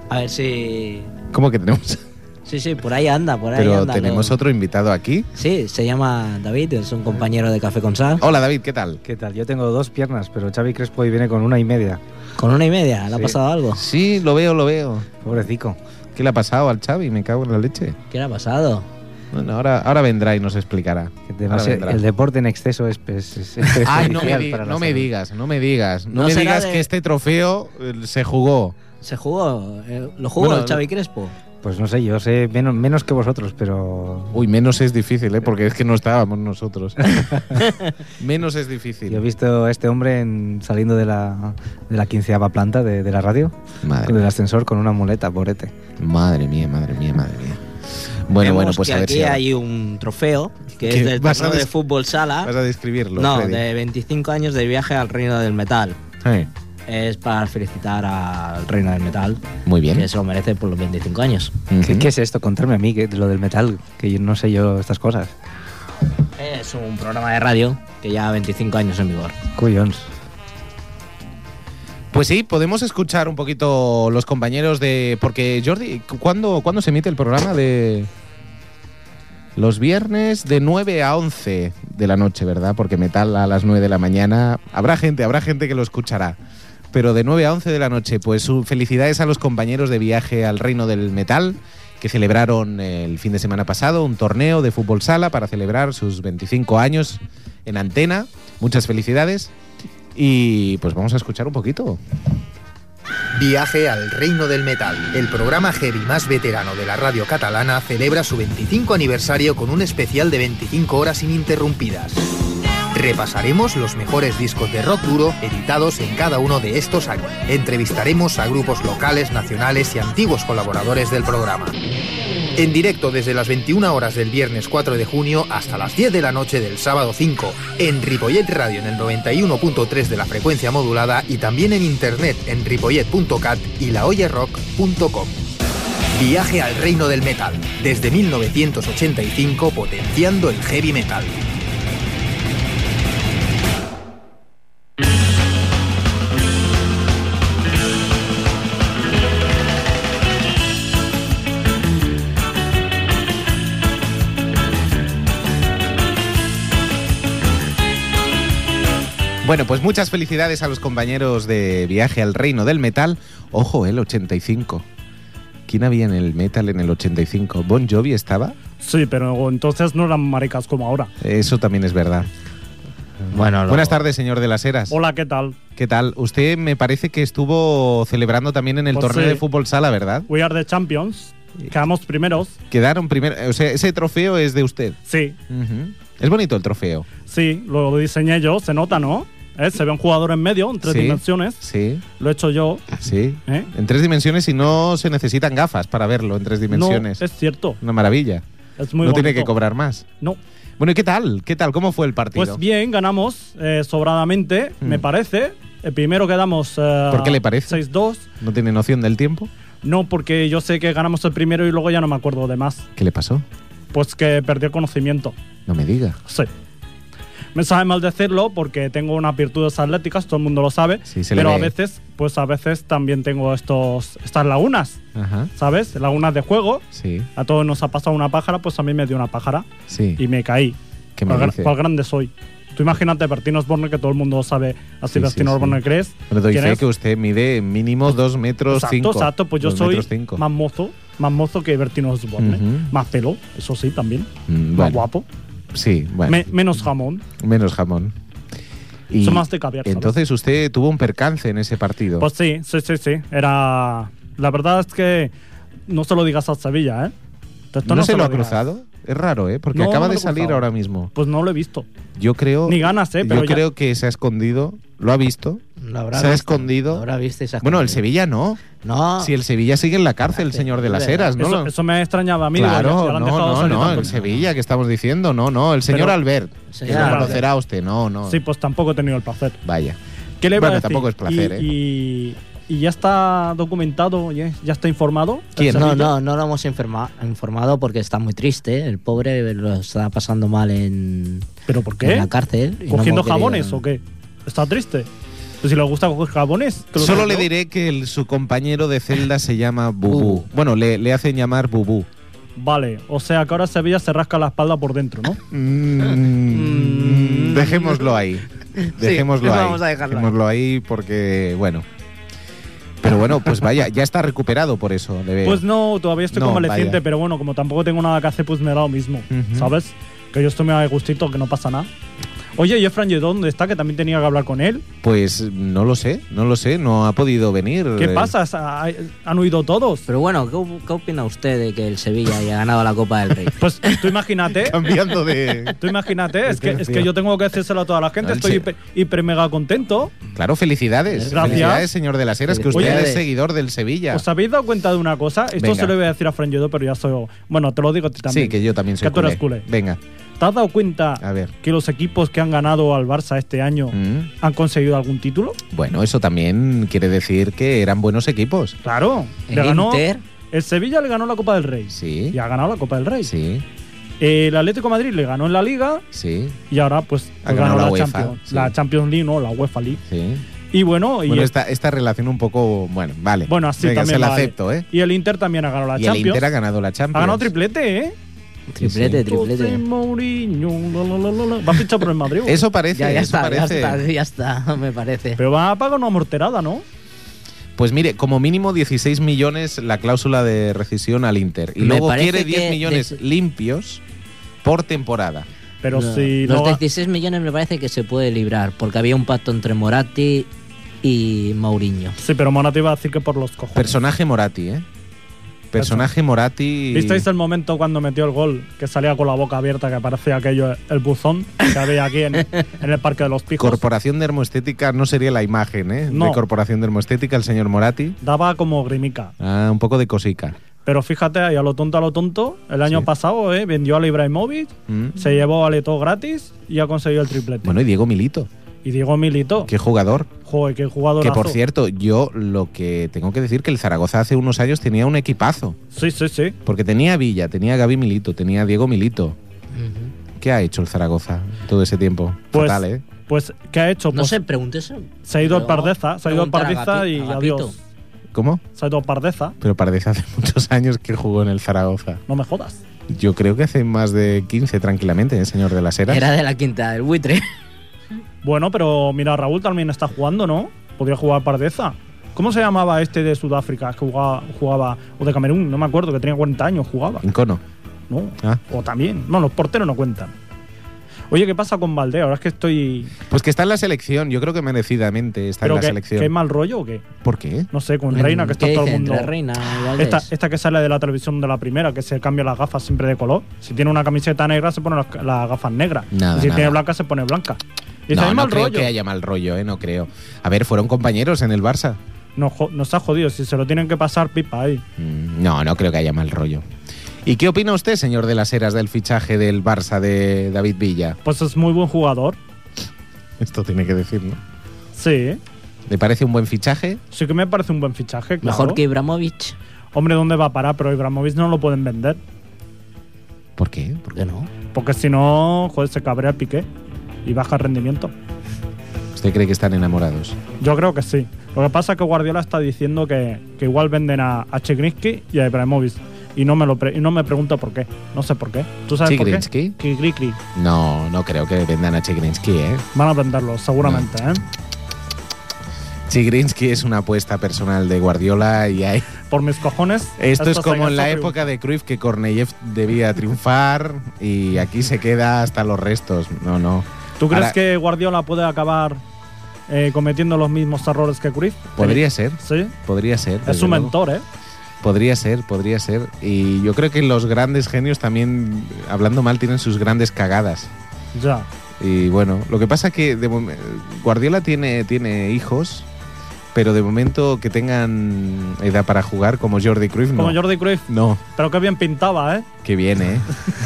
S2: A ver si.
S4: ¿Cómo que tenemos?
S2: Sí, sí, por ahí anda, por ahí
S4: Pero
S2: anda.
S4: tenemos
S2: con-
S4: otro invitado aquí.
S2: Sí, se llama David, es un compañero de Café con Sal.
S4: Hola, David, ¿qué tal?
S6: ¿Qué tal? Yo tengo dos piernas, pero Xavi Crespo hoy viene con una y media.
S2: Con una y media, ¿le ha
S6: Sí.
S2: pasado algo?
S4: Sí, lo veo, lo veo.
S6: Pobrecico.
S4: ¿Qué le ha pasado al Xavi? Me cago en la leche.
S2: ¿Qué le ha pasado?
S4: Bueno, ahora, ahora vendrá y nos explicará.
S6: Que
S4: Ahora
S6: demasi-
S4: vendrá.
S6: el deporte en exceso es, es- es- es
S4: *laughs* Ay, no me,
S6: perjudicial
S4: di-
S6: para la
S4: no me
S6: salud.
S4: digas, no me digas. No,
S2: No
S4: me
S2: será
S4: digas
S2: de-
S4: que este trofeo eh, se jugó.
S2: ¿Se jugó? eh, ¿Lo jugó
S4: Bueno,
S2: el Xavi Crespo?
S6: Pues no sé, yo sé menos, menos que vosotros, pero
S4: Uy, menos es difícil, ¿eh? porque es que no
S2: *laughs*
S4: estábamos nosotros. menos es
S6: yo he
S4: difícil.
S6: visto a este hombre en- saliendo de la, de la quinceava planta de, de la radio,
S4: Madre,
S6: con el ascensor con una muleta, pobrete.
S4: madre mía, madre mía, madre mía. Bueno,
S2: Vemos
S4: bueno, pues
S2: que
S4: a ver
S2: aquí
S4: si ahora-
S2: hay un trofeo, que
S4: ¿Qué?
S2: es del
S4: ¿Vas a
S2: torneo de
S4: des-
S2: fútbol sala.
S4: vas a describirlo.
S2: No,
S4: Freddy.
S2: de 25 años de viaje al Reino del Metal.
S4: Eh,
S2: Es para felicitar al Reino del Metal,
S4: muy bien.
S2: que se lo merece por los 25 años.
S4: Ujú.
S6: ¿Qué, qué es esto? Contarme a mí que, lo del metal, que yo no sé yo estas cosas.
S2: Es un programa de radio que lleva 25 años en vigor.
S6: Cuyons.
S4: Pues sí, podemos escuchar un poquito los compañeros de. Porque Jordi, cu- ¿cuándo, ¿cuándo se emite el programa de.? Los viernes de 9 a 11 de la noche, ¿verdad? Porque metal a las 9 de la mañana. Habrá gente, habrá gente que lo escuchará. Pero de 9 a 11 de la noche, pues su- felicidades a los compañeros de viaje al reino del metal que celebraron el fin de semana pasado un torneo de fútbol sala para celebrar sus 25 años en antena. Muchas felicidades. Y pues vamos a escuchar un poquito.
S7: Viaje al Reino del Metal. El programa heavy más veterano de la radio catalana celebra su 25 aniversario con un especial de 25 horas ininterrumpidas. Repasaremos los mejores discos de rock duro editados en cada uno de estos años. Entrevistaremos a grupos locales, nacionales y antiguos colaboradores del programa. En directo desde las 21 horas del viernes 4 de junio hasta las 10 de la noche del sábado 5, en Ripollet Radio en el 91.3 de la frecuencia modulada y también en internet en ripollet.cat y laoyerrock.com. Viaje al reino del metal, desde 1985 potenciando el heavy metal.
S4: Bueno, pues muchas felicidades a los compañeros de viaje al reino del metal. Ojo, el 85. ¿Quién había en el metal en el 85? ¿Bon Jovi estaba?
S8: Sí, pero entonces no eran maricas como ahora.
S4: Eso también es verdad.
S2: Bueno, lo-
S4: Buenas tardes, señor de las Heras.
S8: Hola, ¿qué tal?
S4: ¿Qué tal? Usted me parece que estuvo celebrando también en el
S8: Pues
S4: torneo
S8: sí.
S4: de fútbol sala, ¿verdad?
S8: We are the champions. Quedamos primeros.
S4: Quedaron primero. O sea, ese trofeo es de usted.
S8: Sí,
S4: Ujú. Es bonito el trofeo.
S8: sí, lo diseñé yo. Se nota, ¿no? ¿Eh? Se ve un jugador en medio, en tres
S4: Sí.
S8: dimensiones.
S4: Sí,
S8: Lo he hecho yo.
S4: sí.
S8: ¿eh?
S4: En tres dimensiones y no se necesitan gafas para verlo en tres dimensiones.
S8: No, es cierto.
S4: Una maravilla.
S8: Es muy
S4: no
S8: bonito.
S4: tiene que cobrar más.
S8: No.
S4: Bueno, ¿y qué tal? ¿Qué tal? ¿Cómo fue el partido?
S8: Pues bien, ganamos eh, sobradamente,
S4: Mm.
S8: me parece. El primero quedamos. eh,
S4: ¿Por qué le parece?
S8: 6-2.
S4: ¿No tiene noción del tiempo?
S8: No, porque yo sé que ganamos el primero y luego ya no me acuerdo de más.
S4: ¿Qué le pasó?
S8: Pues que perdió conocimiento.
S4: No me diga.
S8: Sí. Me sabe mal decirlo porque tengo unas virtudes atléticas, todo el mundo lo sabe.
S4: Sí, se le
S8: pero a
S4: ve.
S8: veces, pues a veces también tengo estos, estas lagunas,
S4: Ajá.
S8: ¿sabes? Lagunas de juego.
S4: Sí,
S8: A todos nos ha pasado una pájara, pues a mí me dio una pájara
S4: sí.
S8: y me caí.
S4: ¿Qué me
S8: ¿Cuál, gra-
S4: dice?
S8: cuál grande soy? Tú imagínate Bertino Osborne, que todo el mundo sabe así
S4: Sí,
S8: Bertino
S4: sí, sí.
S8: Osborne crees.
S4: Bueno, doy
S8: ¿Quién
S4: fe
S8: es? Pues
S4: que usted mide mínimo dos metros
S8: exacto,
S4: cinco.
S8: exacto, pues yo
S4: Dos
S8: soy
S4: metros cinco.
S8: más mozo, más mozo que Bertino Osborne. ¿eh?
S4: Ujú.
S8: Más pelo, eso sí, también.
S4: Mm,
S8: Más
S4: bueno,
S8: guapo.
S4: Sí, bueno.
S8: Me- menos jamón.
S4: Menos jamón. Y
S8: Son más de caviar. ¿sabes?
S4: entonces usted tuvo un percance en ese partido.
S8: Pues sí, sí, sí, sí. Era. La verdad es que no se lo digas a Sevilla, ¿eh? Esto
S4: ¿No, se lo ha
S8: digas.
S4: cruzado? Es raro, ¿eh? Porque
S8: No,
S4: acaba
S8: no
S4: de
S8: me lo he
S4: salir
S8: cruzado.
S4: ahora mismo.
S8: Pues no lo he visto.
S4: Yo creo.
S8: Ni ganas, ¿eh? Pero
S4: yo
S8: ya-
S4: creo que se ha escondido. Lo ha visto.
S2: lo habrá
S4: se ha
S2: visto,
S4: escondido.
S2: lo habrá visto y se ha
S4: Bueno, el
S2: escondido.
S4: Sevilla no.
S8: Ah.
S2: No,
S4: Si el Sevilla sigue en la cárcel, el señor de las
S2: Verdad.
S4: Heras, ¿no?
S8: eso, eso me extrañaba a mí. digo, ya- ya lo
S4: Claro,
S8: han dejado Pues
S4: no, no,
S8: salir
S4: no,
S8: tanto.
S4: el Sevilla que estamos diciendo, no, no, el señor
S8: Pero-
S4: Albert, que
S2: Señor
S4: lo
S8: Albert.
S4: conocerá usted, no, no,
S8: Sí, pues tampoco he tenido el placer.
S4: vaya.
S8: ¿Qué le iba
S4: Bueno,
S8: a decir?
S4: tampoco es placer, ¿eh?
S8: y, y- y ya está documentado, ya ya está informado. el
S4: ¿Quién?
S2: No,
S8: Sevilla.
S2: no, no lo hemos informa- informado porque está muy triste. El pobre lo está pasando mal en,
S8: ¿Pero por qué?
S2: en la cárcel. y no
S8: ¿Cogiendo
S2: hemos querido-
S8: jabones o qué? ¿Está triste? Pues si le gusta coger jabones. que lo
S4: Solo
S8: coja
S4: le
S8: yo.
S4: diré que el- su compañero de celda se llama Bubú.
S2: Bubú.
S4: Bueno, le, le hacen llamar Bubú.
S8: Vale, o sea que ahora Sevilla se rasca la espalda por dentro, ¿no?
S4: Mm, dejémoslo ahí. Dejémoslo ahí.
S2: vamos a dejarlo ahí.
S4: Dejémoslo ahí porque, bueno. Pero bueno, pues vaya, ya está recuperado por eso. le veo.
S8: Pues no, todavía estoy
S4: Eh, No,
S8: convaleciente,
S4: vaya.
S8: pero bueno, como tampoco tengo nada que hacer, pues me da lo mismo,
S4: Ujú.
S8: ¿sabes? Que yo estoy me da gustito, que no pasa nada. Oye, ¿y Efraín Lledó dónde está? Que también tenía que hablar con él.
S4: Pues no lo sé, no lo sé, no ha podido venir.
S8: ¿Qué
S4: Eh,
S8: pasa? ¿Ha- ha- ¿Han huido todos?
S2: Pero bueno, ¿qué, op- qué opina usted de que el Sevilla haya ganado la Copa del Rey?
S8: Pues tú imagínate,
S4: *laughs* Cambiando de. *laughs*
S8: tú imagínate, es que, es que
S6: tío.
S8: yo tengo que decírselo a toda la gente,
S4: Al
S8: estoy
S4: se-
S8: hiper, hiper mega contento.
S4: Claro, felicidades.
S8: Gracias. Pues
S4: Felicidades, señor de las Heras, que usted
S8: Oye,
S4: es seguidor del Sevilla.
S8: ¿Os habéis dado cuenta de una cosa? Esto
S4: Venga.
S8: se lo voy a decir a Fran Lledó, pero ya soy... Bueno, te lo digo a ti también.
S4: sí, que yo también soy
S8: Que tú eres culé.
S4: Venga,
S8: ¿Te has dado cuenta
S4: a ver.
S8: que los equipos que han ganado al Barça este año
S4: Mm.
S8: han conseguido algún título?
S4: Bueno, eso también quiere decir que eran buenos equipos.
S8: Claro.
S2: El
S8: *laughs* le ganó,
S2: Inter,
S8: El Sevilla le ganó la Copa del Rey.
S4: Sí,
S8: Y ha ganado la Copa del Rey.
S4: sí,
S8: El Atlético de Madrid le ganó en la Liga
S4: sí,
S8: y ahora pues,
S4: Ha
S8: pues
S4: ganado
S8: ganó la,
S4: la UEFA,
S8: Champions.
S4: sí.
S8: La Champions League, no, la UEFA League.
S4: sí.
S8: Y bueno, y,
S4: Bueno,
S8: el,
S4: esta, esta relación un poco. Bueno, vale.
S8: Bueno, así
S4: Venga,
S8: también
S4: se la
S8: vale.
S4: acepto, ¿eh?
S8: y el Inter también ha ganado la
S4: y el
S8: Champions.
S4: Inter ha ganado la
S8: ha
S4: Champions.
S8: ganado triplete, ¿eh?
S2: triplete,
S8: José
S2: triplete.
S8: Mourinho, la, la, la, la, la. Va a fichar por
S4: *laughs*
S8: el Madrid.
S4: Eso parece,
S2: Ya, ya
S4: eso
S2: está, ya
S4: parece.
S2: está, ¿eh? ya está, *laughs* me parece.
S8: Pero va a pagar una morterada, ¿no?
S4: Pues mire, como mínimo 16 millones la cláusula de rescisión al Inter. Y
S2: Me
S4: luego
S2: parece
S4: quiere 10
S2: que
S4: millones
S2: des-
S4: limpios por temporada.
S8: Pero si
S2: Los
S8: no ga-
S2: 16 millones me parece que se puede librar, porque había un pacto entre Moratti y Mourinho.
S8: Sí, pero Mona te iba a decir que por los cojones.
S4: Personaje Morati, ¿eh? Personaje Morati.
S8: ¿Visteis el momento cuando metió el gol? Que salía con la boca abierta, que parecía aquello el buzón que había
S4: *laughs*
S8: aquí en, en el Parque de los Pijos.
S4: Corporación de Hermoestética no sería la imagen, ¿eh?
S8: No.
S4: De Corporación de Hermoestética, el señor Morati.
S8: Daba como grimica.
S4: Ah, un poco de cosica.
S8: Pero fíjate, ahí a lo tonto, a lo tonto, el año
S4: Sí.
S8: pasado eh, vendió al Ibrahimovic,
S4: ¿Mm?
S8: se llevó a Leto gratis y ha conseguido el triplete.
S4: Bueno, y Diego Milito,
S8: y Diego Milito,
S4: qué jugador.
S8: joder, qué jugador.
S4: Que por cierto, yo lo que tengo que decir que el Zaragoza hace unos años tenía un equipazo.
S8: Sí, sí, sí.
S4: Porque tenía a Villa, tenía a Gaby Milito, tenía a Diego Milito. ¿Qué ha hecho el Zaragoza todo ese tiempo?
S8: Pues,
S4: Fatal, ¿eh?
S8: Pues, ¿qué ha hecho?
S2: No
S8: Pues,
S2: sé, pregúntese.
S8: Se ha ido el
S2: Pero vamos
S8: Pardeza, se ha ido el
S2: preguntar a
S8: Pardeza
S2: Gapi-
S8: y
S2: a Gapito.
S8: adiós.
S4: ¿Cómo?
S8: Se ha ido el Pardeza,
S4: Pero parece hace *laughs* muchos años que jugó en el Zaragoza.
S8: no me jodas.
S4: Yo creo que hace más de 15 tranquilamente, ¿eh, señor de las Heras.
S2: Era de la quinta del buitre.
S8: Bueno, pero mira, Raúl también está jugando, ¿no? Podría jugar Pardeza. ¿Cómo se llamaba este de Sudáfrica que jugaba, jugaba o de Camerún? No me acuerdo, que tenía 40 años, jugaba.
S4: Incono.
S8: No.
S4: Ah.
S8: O también. No, los porteros no cuentan. Oye, ¿qué pasa con Valdés? Ahora es que estoy.
S4: Pues que está en la selección, yo creo que merecidamente está en
S8: Pero
S4: la
S8: que,
S4: selección.
S8: que hay mal rollo o qué?
S4: ¿Por qué?
S8: No sé, con Reina, que está
S2: ¿Qué
S8: todo el
S2: dicen?
S8: mundo.
S2: Tres Reina y Valdés.
S8: Esta, esta que sale de la televisión de la primera, que se cambia las gafas siempre de color. Si tiene una camiseta negra, se pone las, las gafas negras.
S4: Nada,
S8: Y si
S4: nada.
S8: tiene blanca, se pone blanca. Y está
S4: No,
S8: hay
S4: no
S8: mal
S4: creo
S8: rollo.
S4: que haya mal rollo, ¿eh? No creo. A ver, fueron compañeros en el Barça.
S8: Nos, jo- nos ha jodido. Si se lo tienen que pasar, pipa ahí.
S4: Mm, No, no creo que haya mal rollo. ¿Y qué opina usted, señor de las Heras, del fichaje del Barça de David Villa?
S8: Pues es muy buen jugador.
S4: Esto tiene que decir, ¿no?
S8: Sí.
S4: ¿Le parece un buen fichaje?
S8: Sí que me parece un buen fichaje. Claro.
S2: Mejor que Ibrahimovic.
S8: Hombre, ¿dónde va a parar? Pero Ibrahimovic no lo pueden vender.
S4: ¿Por qué?
S2: ¿Por qué no?
S8: Porque si no, joder, se cabrea Piqué y baja el rendimiento.
S4: ¿Usted cree que están enamorados?
S8: Yo creo que sí. Lo que pasa es que Guardiola está diciendo que, que igual venden a, a Chigrinsky y a Ibrahimovic. Y no me lo pre- y no me pregunto por qué. No sé por qué. ¿Tú sabes
S4: ¿Chigrinsky?
S8: por qué? Chigrinsky.
S4: No, no creo que vendan a Chigrinsky, ¿eh?
S8: Van a venderlo, seguramente, ¿eh?
S4: Chigrinsky es una apuesta personal de Guardiola y hay...
S8: Por mis cojones.
S4: Esto es
S8: se
S4: como en la
S8: gastó
S4: época de Cruyff que Korneyev debía triunfar y aquí se queda hasta los restos. No, no.
S8: triunfo. ¿Tú crees
S4: Ahora-
S8: que Guardiola puede acabar eh, cometiendo los mismos errores que Cruyff?
S4: Podría ser,
S8: Sí.
S4: podría ser.
S8: Es
S4: desde
S8: su
S4: luego.
S8: mentor, ¿eh?
S4: Podría ser, podría ser. Y yo creo que los grandes genios también, hablando mal, tienen sus grandes cagadas.
S8: Ya.
S4: Y bueno, lo que pasa que de mom- Guardiola tiene, tiene hijos, pero de momento que tengan edad para jugar como Jordi Cruyff, no.
S8: Como Jordi Cruyff.
S4: No,
S8: Pero qué bien pintaba, ¿eh?
S4: que viene, ¿eh?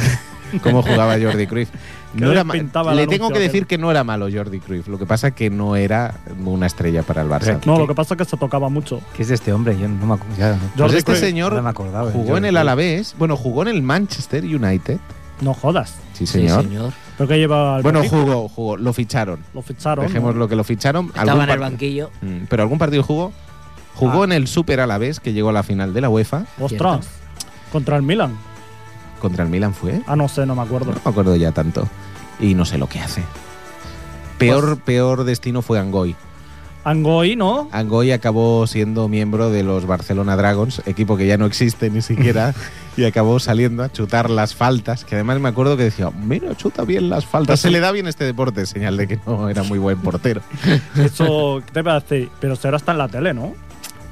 S8: *laughs*
S4: Cómo jugaba Jordi Cruyff. No
S8: Que
S4: era
S8: les
S4: ma-
S8: pintaba el
S4: le tengo
S8: anuncio
S4: que
S8: aquel.
S4: decir que no era malo Jordi Cruyff, lo que pasa que no era una estrella para el Barça.
S8: Eh, No, lo que pasa es que se tocaba mucho.
S6: ¿Qué es de este hombre? Yo no me acu- ya, no
S4: Pues
S8: Jordi
S4: este
S8: Cruyff.
S4: señor
S6: me acordaba.
S4: jugó en el Alavés, bueno, jugó en el Manchester United.
S8: No jodas.
S4: Sí, señor.
S2: Sí, señor.
S8: Creo que lleva al
S4: Bueno,
S8: Benfica,
S4: jugó, jugó, lo ficharon.
S8: lo ficharon.
S4: Dejemos lo que lo ficharon.
S2: Estaba en el
S4: par-
S2: banquillo.
S4: Mm, Pero algún partido jugó. Jugó
S8: Ah.
S4: en el Super Alavés, que llegó a la final de la UEFA.
S8: Ostras. Contra el Milan.
S4: contra el Milan fue.
S8: Ah, no sé, no me acuerdo.
S4: No me acuerdo ya tanto. Y no sé lo que hace. Peor, peor destino fue Angoy.
S8: Angoy, ¿no?
S4: Angoy acabó siendo miembro de los Barcelona Dragons, equipo que ya no existe ni *laughs* siquiera, y acabó saliendo a chutar las faltas, que además me acuerdo que decía, mira, chuta bien las faltas, se le da bien este deporte, señal de que no era muy buen portero. *laughs*
S8: Eso, ¿qué te parece? Pero será está en la tele, ¿no?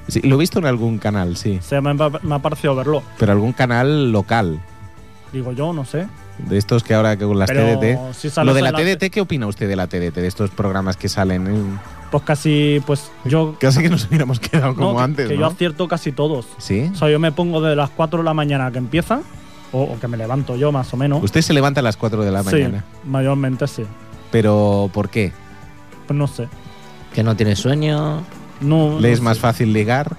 S4: Sí, lo he visto en algún canal, sí,
S8: O sea, me, ha- me ha parecido verlo.
S4: pero algún canal local,
S8: Digo yo, no sé.
S4: de estos que ahora que con las
S8: Pero
S4: TDT...
S8: si sales
S4: lo de
S8: en
S4: la
S8: la-
S4: TDT, ¿qué opina usted de la TDT, de estos programas que salen? eh?
S8: Pues casi, pues yo.
S4: Casi que nos hubiéramos quedado como
S8: no, que-
S4: antes,
S8: Que
S4: ¿no?
S8: yo acierto casi todos.
S4: ¿Sí?
S8: O sea, yo me pongo de las 4 de la mañana que empieza, o, o que me levanto yo más o menos.
S4: Usted se levanta a las 4 de la
S8: sí,
S4: mañana,
S8: mayormente sí.
S4: pero ¿por qué?
S8: Pues no sé.
S2: Que no tiene sueño.
S8: No,
S4: ¿Le
S8: no
S4: es
S8: sé.
S4: más fácil ligar?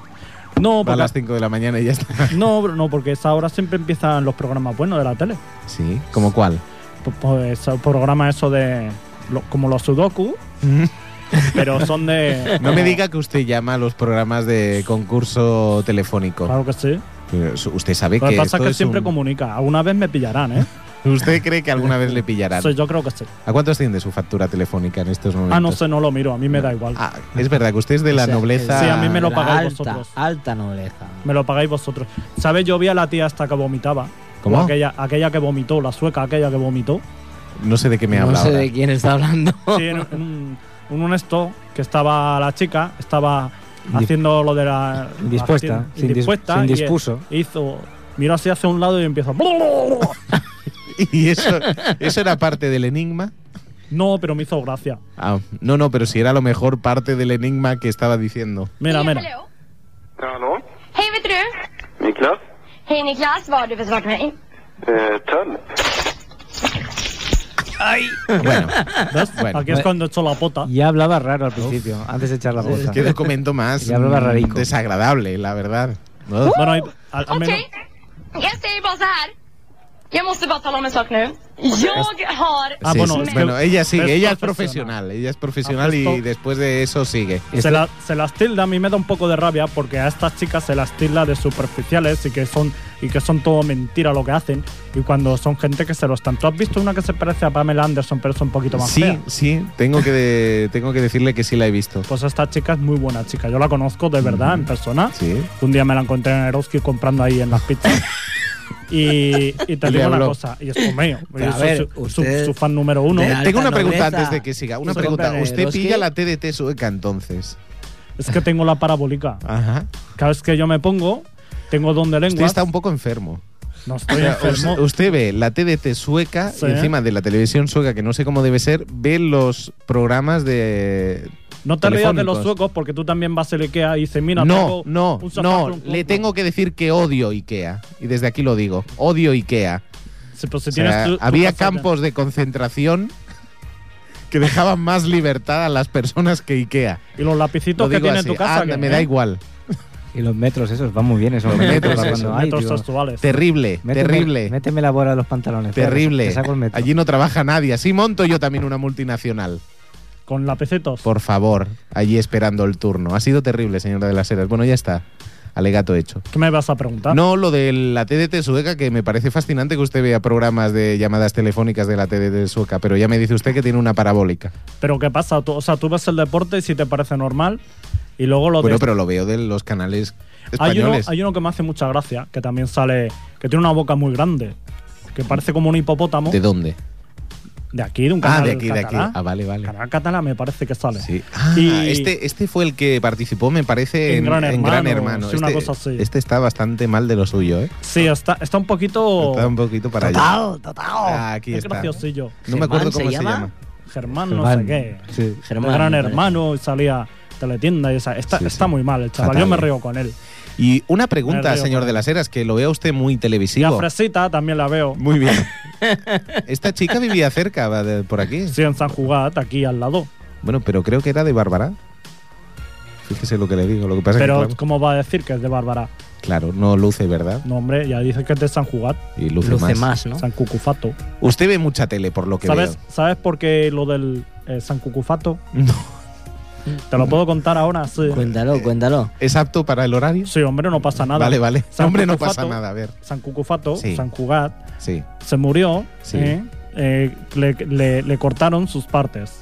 S8: No,
S4: Va a
S8: porque,
S4: las 5 de la mañana y ya está.
S8: no, bro, no, porque a esa hora siempre empiezan los programas buenos de la tele.
S4: Sí, ¿como cuál?
S8: Pues, pues el programa eso de. lo- como los Sudoku, pero son de.
S4: *laughs* No me diga que usted llama a los programas de concurso telefónico.
S8: Claro que sí.
S4: Pero su- Usted sabe
S8: Lo
S4: que.
S8: que pasa es
S4: esto
S8: que
S4: es
S8: siempre
S4: un-
S8: comunica. Alguna vez me pillarán, ¿eh?
S4: Usted cree que alguna vez le pillarán.
S8: Sí, yo creo que sí.
S4: ¿A cuánto asciende su factura telefónica en estos momentos?
S8: Ah, no sé, no lo miro, a mí me da igual.
S4: Ah, es verdad que usted es de la
S2: O sea,
S4: nobleza.
S8: Sí, a mí me lo
S2: la
S8: pagáis
S2: alta,
S8: vosotros.
S2: Alta nobleza.
S8: Me lo pagáis vosotros. ¿Sabes? Yo vi a la tía hasta que vomitaba.
S4: ¿Cómo?
S8: O Aquella, aquella que vomitó, la sueca aquella que vomitó.
S4: No sé de qué me
S2: no
S4: habla
S2: sé
S4: ahora.
S2: de quién está hablando.
S8: Sí, en, en un, en un esto que estaba la chica, estaba haciendo lo de la.
S6: Indispuesta,
S8: haci-
S6: sin dis-
S8: indispuesta
S6: sin
S8: y, eh,
S6: dispuso.
S8: Hizo. Miró así hacia un lado y empieza.
S4: *laughs* Y eso, eso era parte del enigma.
S8: No, pero me hizo gracia.
S4: Ah, no, no, pero si era a lo mejor parte del enigma que estaba diciendo.
S8: Mira,
S9: Ja,
S8: mira.
S9: Hallå?
S10: Ja, hallå?
S9: Hej, vet du?
S10: Niklas?
S9: Hej Niklas, vad har du för svar till mig?
S10: Eh, Töll?
S4: Bueno,
S8: *laughs* ¿Ves?
S4: Bueno.
S8: Aquí es cuando echó la pota.
S6: Ya hablaba raro al principio, antes de echar la bolsa.
S4: ¿qué documento más
S6: Ya hablaba
S4: mm,
S6: rarico.
S4: desagradable, la verdad? ¿No?
S8: Bueno, y- al, al
S9: Okej,
S8: menos.
S9: jag säger bara så här. Jag måste bara tala om en sak nu. Jag har...
S8: Ah,
S4: Sí,
S8: bueno,
S4: sí,
S8: es que
S4: bueno, ella sigue,
S8: es
S4: ella es profesional,
S8: profesional. Ah,
S4: ella es profesional y
S8: Apuesto-
S4: después de eso sigue.
S8: Se, la- se las tilda, a mí me da un poco de rabia porque a estas chicas se las tilda de superficiales y que son y que son todo mentira lo que hacen y cuando son gente que se lo están. ¿Tú has visto una que se parece a Pamela Anderson pero es un poquito más
S4: Sí,
S8: fea?
S4: sí, tengo que, de- tengo que decirle que sí la he visto.
S8: Pues esta chica es muy buena chica, yo la conozco de verdad en persona.
S4: Sí.
S8: Un día me la encontré en Eroski comprando ahí en las pizzas. Y, y te
S4: Y le
S8: digo una
S4: habló.
S8: cosa, y es por mío.
S2: Pero
S8: yo
S2: a
S8: soy
S2: ver,
S8: su, su-
S2: usted-
S8: su fan número uno.
S2: de alta
S4: Tengo una pregunta
S2: nobleza.
S4: antes de que siga. Una
S2: Eso
S4: pregunta.
S2: compra en
S4: ¿Usted
S2: Eroski.
S4: pilla la TDT sueca entonces?
S8: Es que tengo la parabólica.
S4: Ajá.
S8: Cada vez que yo me pongo, tengo don de
S4: Usted
S8: lengua.
S4: está un poco enfermo. *laughs*
S8: No estoy
S4: O sea, us-
S8: enfermo.
S4: Usted ve la TDT sueca
S8: Sí.
S4: y encima de la televisión sueca, que no sé cómo debe ser, ve los programas de.
S8: No te rías de
S4: telefónicos.
S8: los suecos porque tú también vas a Ikea y dices, mira,
S4: no,
S8: tengo
S4: no,
S8: un sofá
S4: no.
S8: con-
S4: Le tengo que decir que odio IKEA. Y desde aquí lo digo. Odio IKEA.
S8: Sí, pero si
S4: O sea,
S8: tienes tu- tu
S4: había
S8: casa
S4: campos de
S8: *laughs*
S4: concentración que dejaban más libertad a las personas que IKEA.
S8: ya. Y los lapicitos
S4: Lo
S8: que
S4: digo
S8: tiene en
S4: así.
S8: tu casa.
S4: Anda,
S8: que-
S4: me da
S8: ¿eh?
S4: igual.
S6: Y los metros esos, van muy bien esos
S4: Los
S6: metros.
S4: metros
S6: va
S4: esos.
S6: cuando hay,
S8: Metros
S6: digo,
S8: sexuales.
S4: Terrible,
S6: méteme-
S4: terrible,
S6: Méteme la bola a los pantalones. espera,
S4: terrible.
S6: Te saco el metro.
S4: Allí no trabaja nadie. Así monto yo también una multinacional.
S8: Con lapicitos.
S4: Por favor, allí esperando el turno. Ha sido terrible, señora de las Heras. Bueno, ya está. Alegato hecho.
S8: ¿Qué me vas a preguntar?
S4: No, lo de la TDT sueca, que me parece fascinante que usted vea programas de llamadas telefónicas de la TDT sueca, pero ya me dice usted que tiene una parabólica.
S8: Pero ¿qué pasa? Tú- o sea, tú ves el deporte y si te parece normal. Y luego lo
S4: Bueno,
S8: de...
S4: pero lo veo de los canales
S8: hay, uno,
S4: españoles.
S8: hay uno que me hace mucha gracia, que también sale... Que tiene una boca muy grande. Que parece como un hipopótamo.
S4: ¿De dónde?
S8: De aquí, de un
S4: Ah,
S8: canal
S4: de aquí, de aquí.
S8: catalán.
S4: Ah, vale, vale.
S8: Canal catalán me parece que sale.
S4: Sí. Ah,
S8: Y-
S4: este, este fue el que participó, me parece, en, en Gran Hermano.
S8: sí, una
S4: este,
S8: cosa así.
S4: este está bastante mal de lo suyo, ¿eh?
S8: Sí, está, está un poquito...
S4: Está un poquito para allá.
S2: Total, total.
S4: Ah, aquí
S8: Oh. es
S4: está.
S8: graciosillo.
S4: No me
S2: ¿Germán
S4: acuerdo
S2: se
S4: cómo se
S2: llama?
S4: llama.
S8: Germán no
S6: Van.
S8: sé qué.
S6: Sí.
S8: Germán,
S2: Germán.
S8: gran
S2: me parece.
S8: hermano y salía teletienda y esa. Está,
S4: Sí,
S8: está
S4: sí.
S8: muy mal el chaval.
S4: Fatal.
S8: Yo me río con él.
S4: Y una
S8: Me
S4: pregunta,
S8: río,
S4: señor
S8: joder.
S4: de las Heras, que lo vea usted muy
S8: Y a
S4: televisivo.
S8: Fresita también la veo.
S4: Muy bien. *laughs* Esta chica vivía cerca, va de- por aquí.
S8: Sí, en San Jugat, aquí al lado.
S4: Bueno, pero creo que era de Bárbara. Fíjese lo que le digo. Lo que pasa
S8: Pero,
S4: es que, claro,
S8: ¿cómo va a decir que es de Bárbara?
S4: claro, no luce, ¿verdad?
S8: No, hombre, ya dice que es de San Jugat,
S4: Y luce,
S2: Luce
S4: más.
S2: más, ¿no?
S8: San Cucufato.
S4: Usted ve mucha tele, por lo que
S8: ¿Sabes,
S4: veo.
S8: ¿Sabes por qué lo del eh, San Cucufato?
S4: No.
S8: ¿Te lo puedo contar ahora? Sí.
S2: Cuéntalo, cuéntalo.
S4: ¿Es apto para el horario?
S8: Sí, hombre, no pasa nada.
S4: Vale, vale.
S8: San
S4: Hombre, no
S8: Cucufato-
S4: pasa nada, a ver.
S8: San Cucufato,
S4: Sí.
S8: San Cugat,
S4: Sí.
S8: se murió.
S4: Sí.
S8: ¿eh? Eh, le, le- le cortaron sus partes.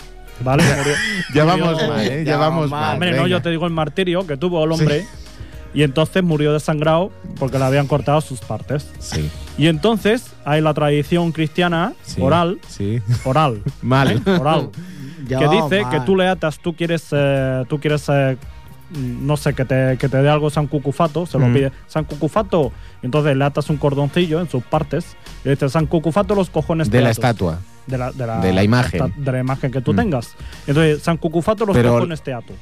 S8: ¿Vale?
S4: *laughs*
S8: Murió-
S4: Ya
S8: murió-
S4: vamos mal, ¿eh? Ya vamos mal.
S8: Hombre, no,
S4: venga.
S8: yo te digo el martirio que tuvo el hombre. Y entonces murió desangrado porque le habían cortado sus partes.
S4: Sí.
S8: Y entonces hay la tradición cristiana
S4: sí,
S8: oral,
S4: Sí.
S8: oral,
S4: Mal. *laughs*
S8: oral,
S2: Ya,
S8: que dice que
S2: mal.
S8: tú le atas, tú quieres, eh, tú quieres, eh, mm, no sé, que te, que te dé algo San Cucufato, se lo
S4: Mm.
S8: pide San Cucufato, y entonces le atas un cordoncillo en sus partes y le dices San Cucufato los cojones
S4: De la
S8: te atos".
S4: estatua.
S8: De la, de la-
S4: De la imagen.
S8: esta- de la imagen que tú
S4: Mm.
S8: tengas. Entonces, San Cucufato los
S4: Pero-
S8: cojones te ato.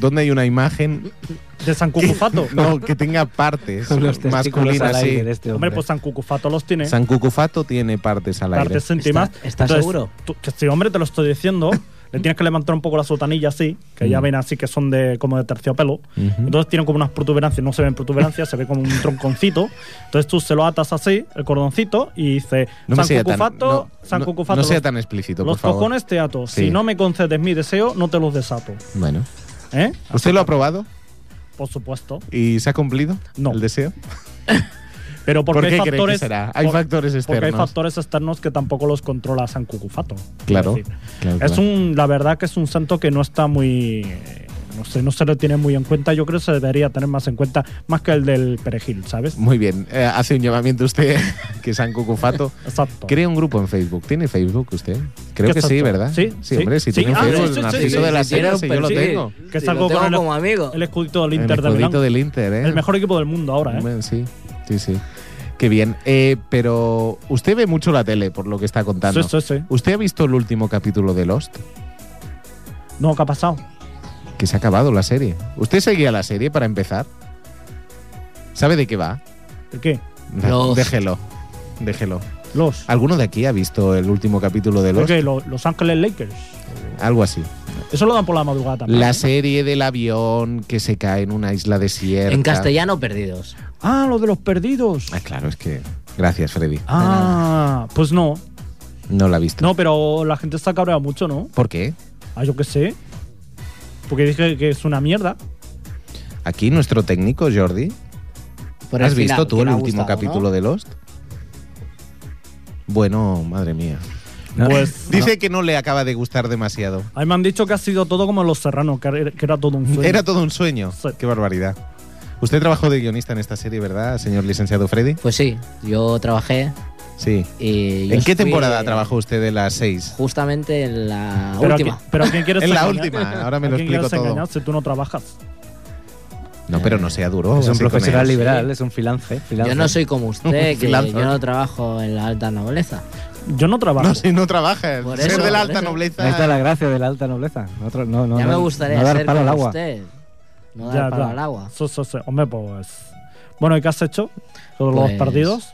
S4: ¿Dónde hay una imagen?
S8: De
S4: *laughs*
S8: San Cucufato.
S4: No, que tenga
S8: *laughs*
S4: partes
S6: Con los testículos al
S4: masculinas, sí.
S6: aire de este hombre.
S8: Hombre, pues San Cucufato los tiene.
S4: San Cucufato tiene partes al aire.
S8: partes íntimas.
S2: ¿Está- estás seguro?
S8: tú- que sí, hombre, te lo
S4: *laughs*
S8: estoy diciendo. Le tienes que levantar un poco la sotanilla así, que
S4: Mm.
S8: ya ven así que son de como de terciopelo. Entonces tienen como unas protuberancias, no se ven protuberancias, se ve como un tronconcito. Entonces tú se lo atas así, el cordoncito, y dice
S4: No me
S8: San
S4: sea tan,
S8: Cucufato,
S4: no,
S8: San
S4: no-
S8: Cucufato.
S4: no sea
S8: los-
S4: tan explícito,
S8: los
S4: por favor.
S8: cojones te ato.
S4: Sí.
S8: Si no me concedes mi deseo, no te los desato.
S4: Bueno.
S8: ¿Eh?
S4: ¿Usted lo ha probado
S8: Por supuesto.
S4: y se ha cumplido
S8: No.
S4: el deseo?
S8: Pero porque
S4: ¿Por qué
S8: hay
S4: cree que
S8: factores.
S4: será? Hay
S8: por-
S4: factores
S8: Porque hay
S4: externos.
S8: factores externos que tampoco los controla San Cucufato.
S4: Claro,
S8: Es, decir,
S4: claro,
S8: es
S4: claro.
S8: un, la verdad que es un santo que no está muy. eh, No sé, no se le tiene muy en cuenta. Yo creo que se debería tener más en cuenta, más que el del perejil, ¿sabes?
S4: Muy bien. Eh, hace un llamamiento usted *laughs* que San
S8: *laughs*
S4: Cucufato.
S8: Exacto.
S4: Crea un grupo en Facebook. ¿tiene Facebook usted? Creo
S8: ¿Qué
S4: que
S8: es
S4: sí,
S8: esto?
S4: ¿verdad?
S8: Sí, sí.
S4: hombre, si
S8: Sí,
S4: tiene un
S8: ah,
S4: Facebook,
S8: sí, sí,
S4: Narciso
S8: sí,
S4: de la
S8: sí, tiene
S4: Sierra,
S8: un
S4: si pues yo lo
S8: perfil.
S4: tengo.
S8: Que
S2: Sí,
S8: es
S2: lo
S8: algo con
S2: tengo
S8: el,
S2: como amigo.
S8: el escudito del
S4: El
S8: Inter de
S4: escudito
S8: Milán.
S4: del Inter, ¿eh?
S8: El mejor equipo del mundo ahora, ¿eh?
S4: Bueno, sí, sí, sí. Qué bien. Eh, pero usted ve mucho la tele, por lo que está contando.
S8: Sí, sí, sí.
S4: ¿Usted ha visto el último capítulo de Lost?
S8: No, ¿qué ha pasado?
S4: Que se ha acabado la serie. ¿Usted seguía la serie para empezar? ¿Sabe de qué va?
S8: ¿El qué?
S4: No,
S2: Lost.
S4: Déjelo. Déjelo.
S8: Los.
S4: ¿Alguno de aquí ha visto el último capítulo de
S8: ¿El
S4: Lost?
S8: qué? Los, Los Ángeles Lakers.
S4: Algo así.
S8: Eso lo dan por la madrugada también.
S4: La
S8: ¿no?
S4: serie del avión que se cae en una isla desierta.
S2: En castellano, perdidos.
S8: Ah, lo de los perdidos.
S4: Ah, claro, es que. Gracias, Freddy.
S8: Ah, pues no.
S4: No la ha visto.
S8: No, pero la gente está cabreada mucho, ¿no?
S4: ¿Por qué?
S8: Ah, yo qué sé. Porque dije que es una mierda.
S4: Aquí nuestro técnico, Jordi,
S2: Por el
S4: ¿Has visto
S2: final,
S4: tú
S2: que
S4: el
S2: me ha
S4: último
S2: gustado,
S4: capítulo
S2: ¿no?
S4: de Lost? Bueno, madre mía.
S6: No.
S8: Pues
S4: Dice que no le acaba de gustar demasiado.
S8: a mí me han dicho que ha sido todo como Los Serranos, que era, que era todo un sueño.
S4: Era todo un sueño.
S8: Sí.
S4: Qué barbaridad. Usted trabajó de guionista en esta serie, ¿verdad, señor licenciado Freddy?
S2: Pues sí, yo trabajé
S4: Sí.
S2: y. yo
S4: ¿En qué
S2: fui,
S4: temporada
S2: eh,
S4: trabajó usted de las seis?
S2: Justamente en la
S8: pero, a
S2: última.
S8: qui- pero ¿a quién
S4: *laughs*
S8: quieres
S4: En la
S8: engañar?
S4: última, ahora me
S8: ¿A
S4: lo
S8: quién
S4: explico
S8: quieres
S4: todo.
S8: engañar si tú no trabajas?
S4: No, pero no sea duro.
S6: es un
S4: así con
S6: profesional
S4: él.
S6: liberal, es un freelance.
S2: Yo no soy
S4: *laughs*
S2: como usted, que
S4: Lanza.
S2: yo no trabajo en la alta nobleza.
S8: Yo no trabajo.
S4: No, si no trabaja.
S2: Por
S4: Ser
S2: eso,
S4: de la
S2: por
S4: alta
S2: eso.
S4: nobleza.
S6: Ahí está la gracia de la alta nobleza. Otro- no, no,
S2: ya
S6: no-
S2: me gustaría
S6: no dar
S2: ser
S6: palo al
S2: como
S6: agua.
S2: usted. No
S8: Ya,
S2: dar palo
S8: ya.
S2: al agua.
S8: Sí, sí, sí. Hombre, pues. Bueno, ¿y qué has hecho? Todos
S2: Pues-
S8: los partidos.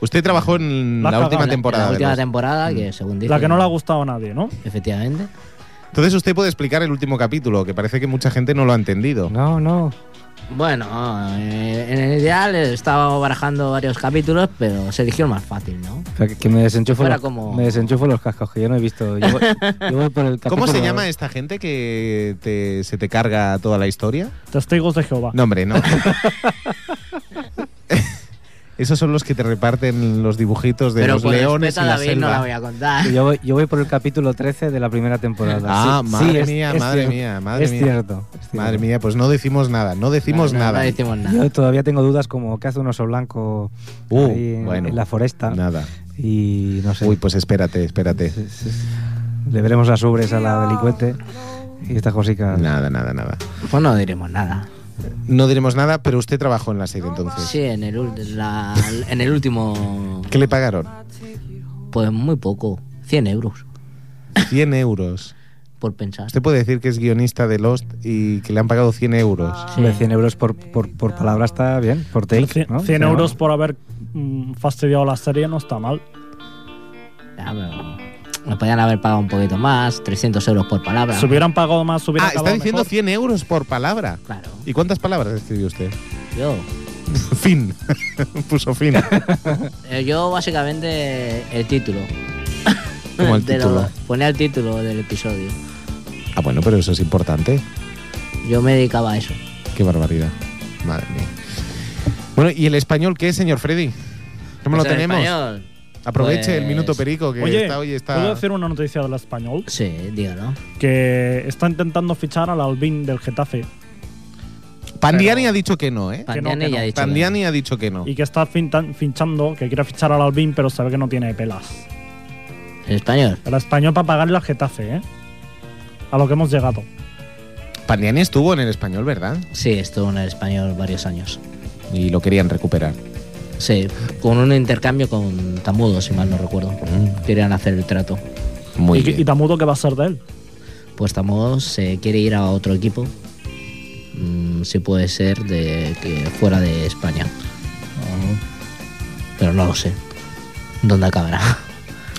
S4: Usted trabajó en
S8: La
S4: la,
S8: cagó.
S4: última
S2: En la-
S4: temporada.
S2: en
S4: Mm.
S2: La
S4: de
S2: última
S4: Lost.
S2: temporada, que según dice.
S8: La que no le ha gustado a nadie, ¿no?
S2: Efectivamente.
S4: Entonces usted puede explicar el último capítulo, que parece que mucha gente no lo ha entendido.
S6: No, no.
S2: Bueno, eh, en el ideal estaba barajando varios capítulos, pero se eligió el más fácil, ¿no?
S6: O sea, que- que me desenchufo,
S2: Fuera
S6: los,
S2: como-
S6: me desenchufo los cascos, que yo no he visto. Yo voy, yo voy por el
S4: ¿Cómo se
S6: capítulo- *laughs*
S4: llama esta gente que te- se te carga toda la historia?
S8: Testigos de Jehová.
S4: No, hombre,
S2: *laughs*
S4: no. *laughs* Esos son los que te reparten los dibujitos de
S2: pero
S4: los
S2: con
S4: leones
S2: respeto a
S4: en la
S2: David no la
S4: selva.
S2: voy a contar.
S6: Yo voy, yo voy por el capítulo 13 de la primera temporada.
S4: Ah,
S6: Sí,
S4: madre
S6: sí, es-
S4: mía,
S6: es
S4: madre
S6: cierto.
S4: mía, madre
S6: es
S4: mía.
S6: Cierto, es cierto.
S4: Madre mía, pues no decimos nada, no decimos
S2: No, no,
S4: nada.
S2: No decimos nada.
S6: Yo todavía tengo dudas como qué hace un oso blanco
S4: Uh,
S6: ahí en,
S4: bueno.
S6: en la foresta.
S4: Nada.
S6: Y no sé.
S4: Uy, pues espérate, espérate.
S6: Sí, sí, sí. Le veremos las ubres a la delincuente y estas cositas.
S4: Nada, nada, nada.
S2: Pues no diremos nada.
S4: No diremos nada, pero usted trabajó en la serie entonces.
S2: Sí, en el, ul- la- en el último.
S4: ¿Qué le pagaron?
S2: Pues muy poco. 100 euros
S4: 100 euros.
S2: por pensar.
S4: Usted puede decir que es guionista de Lost y que le han pagado 100
S8: Ah.
S4: euros. Ah,
S6: Hombre, 100 euros por, por, por palabra está bien, por take.
S8: Cien-
S6: ¿no?
S8: 100
S6: Sí,
S8: euros
S6: ¿no?
S8: por haber mm, fastidiado la serie no está mal.
S2: Ya, Ah, pero me podían haber pagado un poquito más, 300 euros por palabra.
S8: Si hubieran pagado más, se hubiera
S4: Ah, está
S8: acabado
S4: diciendo
S8: mejor.
S4: 100 euros por palabra.
S2: Claro,
S4: ¿Y cuántas palabras escribió usted? *laughs*
S2: yo.
S4: Fin. *laughs* Puso
S8: *laughs*
S4: fin. Ah,
S2: eh, Yo básicamente el título.
S4: Como
S2: *laughs*
S4: el
S2: De lo-
S4: título.
S2: ponía el título del episodio.
S4: Ah, bueno, pero eso es importante.
S2: Yo me dedicaba a eso.
S4: Qué barbaridad. Madre mía. Bueno, ¿y el español qué, señor Freddy? ¿Cómo
S2: Pues
S4: lo
S2: en
S4: tenemos?
S2: español,
S4: Aproveche el
S2: pues-
S4: minuto perico que
S8: Oye,
S4: está hoy está.
S8: ¿puedo decir una noticia del español?
S2: Sí, dígalo.
S8: Que está intentando fichar al Albín del Getafe
S4: Pandiani ha dicho que no, ¿eh?
S2: Pandiani
S8: que no.
S2: ya ha dicho.
S4: Pandiani ha dicho que no.
S8: y que está fintan- finchando, que quiere fichar al Albín, pero sabe que no tiene pelas.
S2: En español.
S8: El español para pagarle al Getafe, ¿eh? A lo que hemos llegado.
S4: Pandiani estuvo en el español, ¿verdad?
S2: Sí, estuvo en el español varios años.
S4: Y lo querían recuperar.
S2: Sí, con un intercambio con Tamudo, si mal no recuerdo.
S4: Mm.
S2: Querían hacer el trato.
S4: Muy
S8: y,
S4: bien.
S8: y Tamudo, ¿qué va a ser de él?
S2: Pues Tamudo se quiere ir a otro equipo. Mm, si puede ser de que fuera de España. Pero no lo sé. ¿Dónde acabará?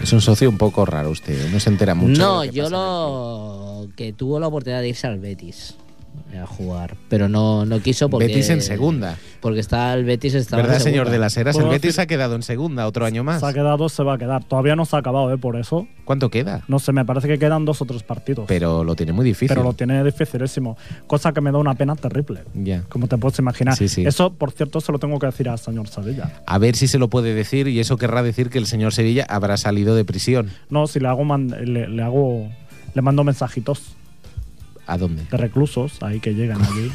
S4: Es un socio un poco raro usted, no se entera mucho.
S2: no,
S4: de lo que
S2: yo
S4: pasa.
S2: lo que tuvo la oportunidad de irse al Betis a jugar, pero no, no quiso porque
S4: Betis en segunda.
S2: Porque está el Betis está
S4: ¿Verdad, señor de las Heras? El
S8: Puedo
S4: Betis
S8: decir-
S4: ha quedado en segunda otro año más.
S8: Se ha quedado, se va a quedar. Todavía no se ha acabado, ¿eh? Por eso.
S4: ¿Cuánto queda?
S8: No sé, me parece que quedan dos o tres partidos.
S4: Pero lo tiene muy difícil.
S8: Pero lo tiene dificilísimo. Cosa que me da una pena terrible.
S4: Ya.
S8: Como te puedes imaginar.
S4: Sí, sí.
S8: Eso, por cierto, se lo tengo que decir al señor Sevilla.
S4: A ver si se lo puede decir y eso querrá decir que el señor Sevilla habrá salido de prisión.
S8: No, si le hago, man- le, le hago, le mando mensajitos
S4: ¿A dónde?
S8: de reclusos ahí que llegan allí.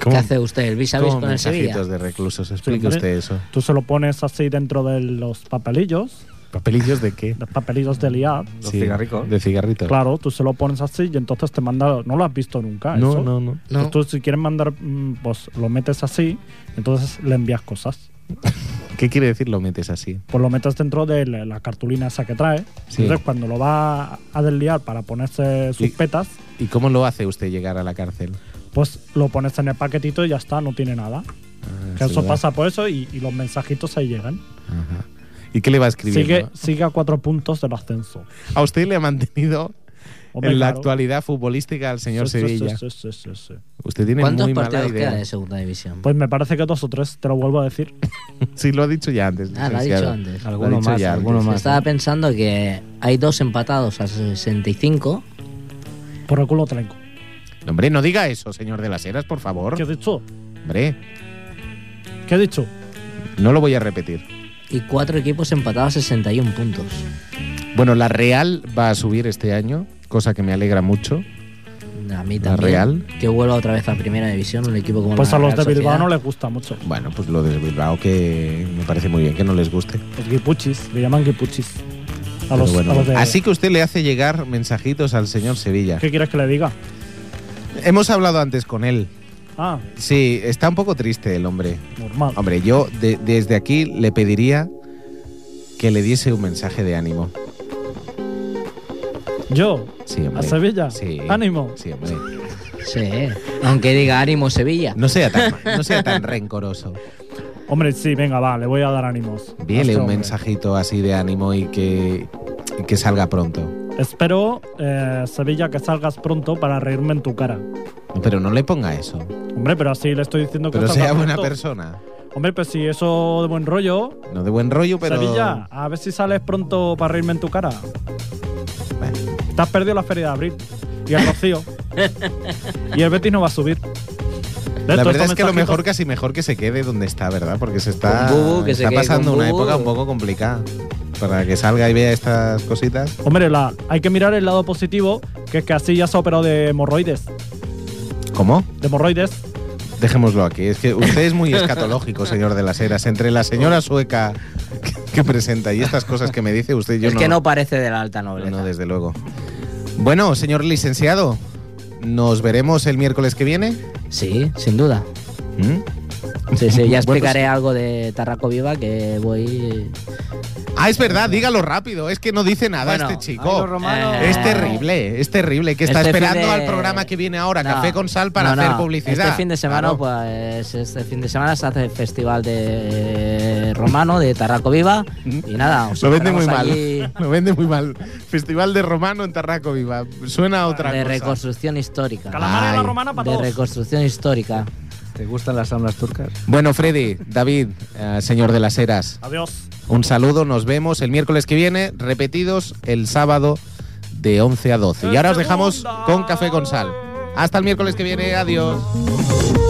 S2: ¿Qué hace usted? ¿El vis a vis
S4: ¿Cómo
S2: con el Sevilla?
S4: mensajitos de reclusos?
S8: Se
S4: Explique
S8: lo pone-
S4: usted eso.
S8: Tú se lo pones así dentro de los papelillos,
S4: ¿Papelillos de qué?
S8: los papelillos de liar.
S6: Los cigarricos.
S4: De cigarritos.
S8: Claro, tú se lo pones así y entonces te manda. No lo has visto nunca.
S4: No,
S8: eso.
S4: no, no.
S2: No.
S8: Pues tú, si quieres mandar, mm, pues lo metes así, entonces le envías cosas.
S4: ¿Qué quiere decir lo metes así?
S8: pues lo metes dentro de la la cartulina esa que trae.
S4: Sí.
S8: Entonces, cuando lo va a desliar para ponerse sus
S4: Y-
S8: petas,
S4: ¿Y cómo lo hace usted llegar a la cárcel?
S8: pues lo pones en el paquetito y ya está, no tiene nada.
S4: Ah,
S8: que
S4: se lo
S8: eso
S4: da.
S8: pasa por eso y, y los mensajitos ahí llegan.
S4: Ajá. ¿Y qué le va a escribir?
S8: Sigue, sigue a cuatro puntos del ascenso.
S4: A usted le ha mantenido
S8: Hombre,
S4: en la
S8: claro.
S4: actualidad futbolística al señor
S8: Sí, sí,
S4: Sevilla.
S8: sí, sí, sí, sí, sí.
S4: Usted tiene
S2: ¿Cuántos
S4: muy mala
S2: partidos quedan
S4: idea.
S2: de segunda división?
S8: Pues me parece que dos o tres, te lo vuelvo a decir.
S4: *laughs* Sí, lo ha dicho ya antes.
S2: Ah, lo ha
S4: licenciado.
S2: dicho antes.
S4: Lo ha
S6: Alguno
S4: dicho
S6: más,
S4: ya
S6: alguno
S4: antes.
S6: más.
S2: Estaba pensando que hay dos empatados a 65.
S8: Por el culo trenco.
S4: No, hombre, no diga eso, señor de las Heras, por favor.
S8: ¿Qué he dicho?
S4: Hombre,
S8: ¿Qué he dicho?
S4: no lo voy a repetir.
S2: Y cuatro equipos empatados a 61 puntos.
S4: Bueno, la Real va a subir este año, cosa que me alegra mucho.
S2: A mí
S4: ¿La
S2: también.
S4: Real?
S2: Que vuelva otra vez a primera división un equipo como
S8: Pues
S2: la
S8: a los
S2: Real
S8: de Bilbao
S2: Sociedad.
S8: no les gusta mucho.
S4: Bueno, pues lo de Bilbao que me parece muy bien que no les guste.
S8: Los guipuchis, le llaman guipuchis. A
S4: Pero
S8: los,
S4: bueno, ah,
S8: a los de-
S4: Así que usted le hace llegar mensajitos al señor Sevilla.
S8: ¿Qué quieres que le diga?
S4: Hemos hablado antes con él.
S8: Ah,
S4: Sí, está un poco triste el hombre.
S8: normal.
S4: Hombre, yo de- desde aquí le pediría que le diese un mensaje de ánimo.
S8: Yo,
S4: Sí, hombre.
S8: a Sevilla.
S4: Sí.
S8: Ánimo.
S4: Sí, hombre.
S2: Sí, aunque diga ánimo Sevilla.
S4: No sea tan, no sea tan rencoroso.
S8: Hombre, sí, venga, va, le voy a dar ánimos. a
S4: Dile
S8: este
S4: un
S8: hombre.
S4: mensajito así de ánimo y que, y que salga pronto.
S8: Espero, eh, Sevilla, que salgas pronto para reírme en tu cara.
S4: Pero no le ponga eso.
S8: Hombre, pero así le estoy diciendo que
S4: Pero
S8: salga
S4: sea buena
S8: pronto.
S4: persona.
S8: Hombre, pues si eso de buen rollo.
S4: No de buen rollo, pero.
S8: Sevilla, a ver si sales pronto para reírme en tu cara.
S4: Bueno.
S8: Te has perdido la feria de abril. Y el
S4: *laughs*
S8: Rocío. y el Betis no va a subir.
S4: La verdad es que a lo mejor casi mejor que se quede donde está, ¿verdad? Porque se está,
S2: Con Bubu, que se
S4: está
S2: quede
S4: pasando
S2: con
S4: una
S2: Bubu.
S4: época un poco complicada. Para que salga y vea estas cositas.
S8: Hombre, la, hay que mirar el lado positivo, que es que así ya se ha operado de hemorroides.
S4: ¿Cómo?
S8: De hemorroides.
S4: Dejémoslo aquí. Es que usted es muy escatológico, señor de las Heras. Entre la señora sueca que, que presenta y estas cosas que me dice usted, yo
S2: es
S4: no,
S2: que no parece de la alta
S4: no,
S2: nobleza.
S4: no, desde luego. Bueno, señor licenciado, nos veremos el miércoles que viene.
S2: Sí, sin duda.
S4: ¿Mm?
S2: Sí, sí, ya
S4: *laughs* Bueno, pues-
S2: explicaré algo de Tarraco Viva que voy.
S4: Ah, es verdad, dígalo rápido. Es que no dice nada
S2: Bueno,
S4: este chico.
S6: Ay, los romanos.
S2: Eh,
S4: Es terrible, es terrible. Que está
S2: Este fin
S4: esperando
S2: de-
S4: al programa que viene ahora,
S2: No,
S4: Café con Sal, para
S2: no, no,
S4: hacer publicidad.
S2: Este fin de semana,
S4: Claro.
S2: pues, este fin de semana se hace el festival de Romano de Tarraco Viva y nada. os
S4: Lo vende muy
S2: esperamos
S4: mal.
S2: allí
S4: *laughs* Lo vende muy mal. Festival de Romano en Tarraco Viva. Suena a otra
S2: De
S4: cosa.
S2: reconstrucción histórica.
S8: Calamar en la
S4: Ay,
S8: romana para
S2: de
S8: todos.
S2: reconstrucción histórica.
S6: ¿Te gustan las almas turcas?
S4: Bueno, Freddy, David, eh, señor de las Heras,
S8: Adiós.
S4: un saludo. Nos vemos el miércoles que viene, repetidos el sábado de 11 a 12. Y ahora os dejamos con Café con Sal. Hasta el miércoles que viene. Adiós.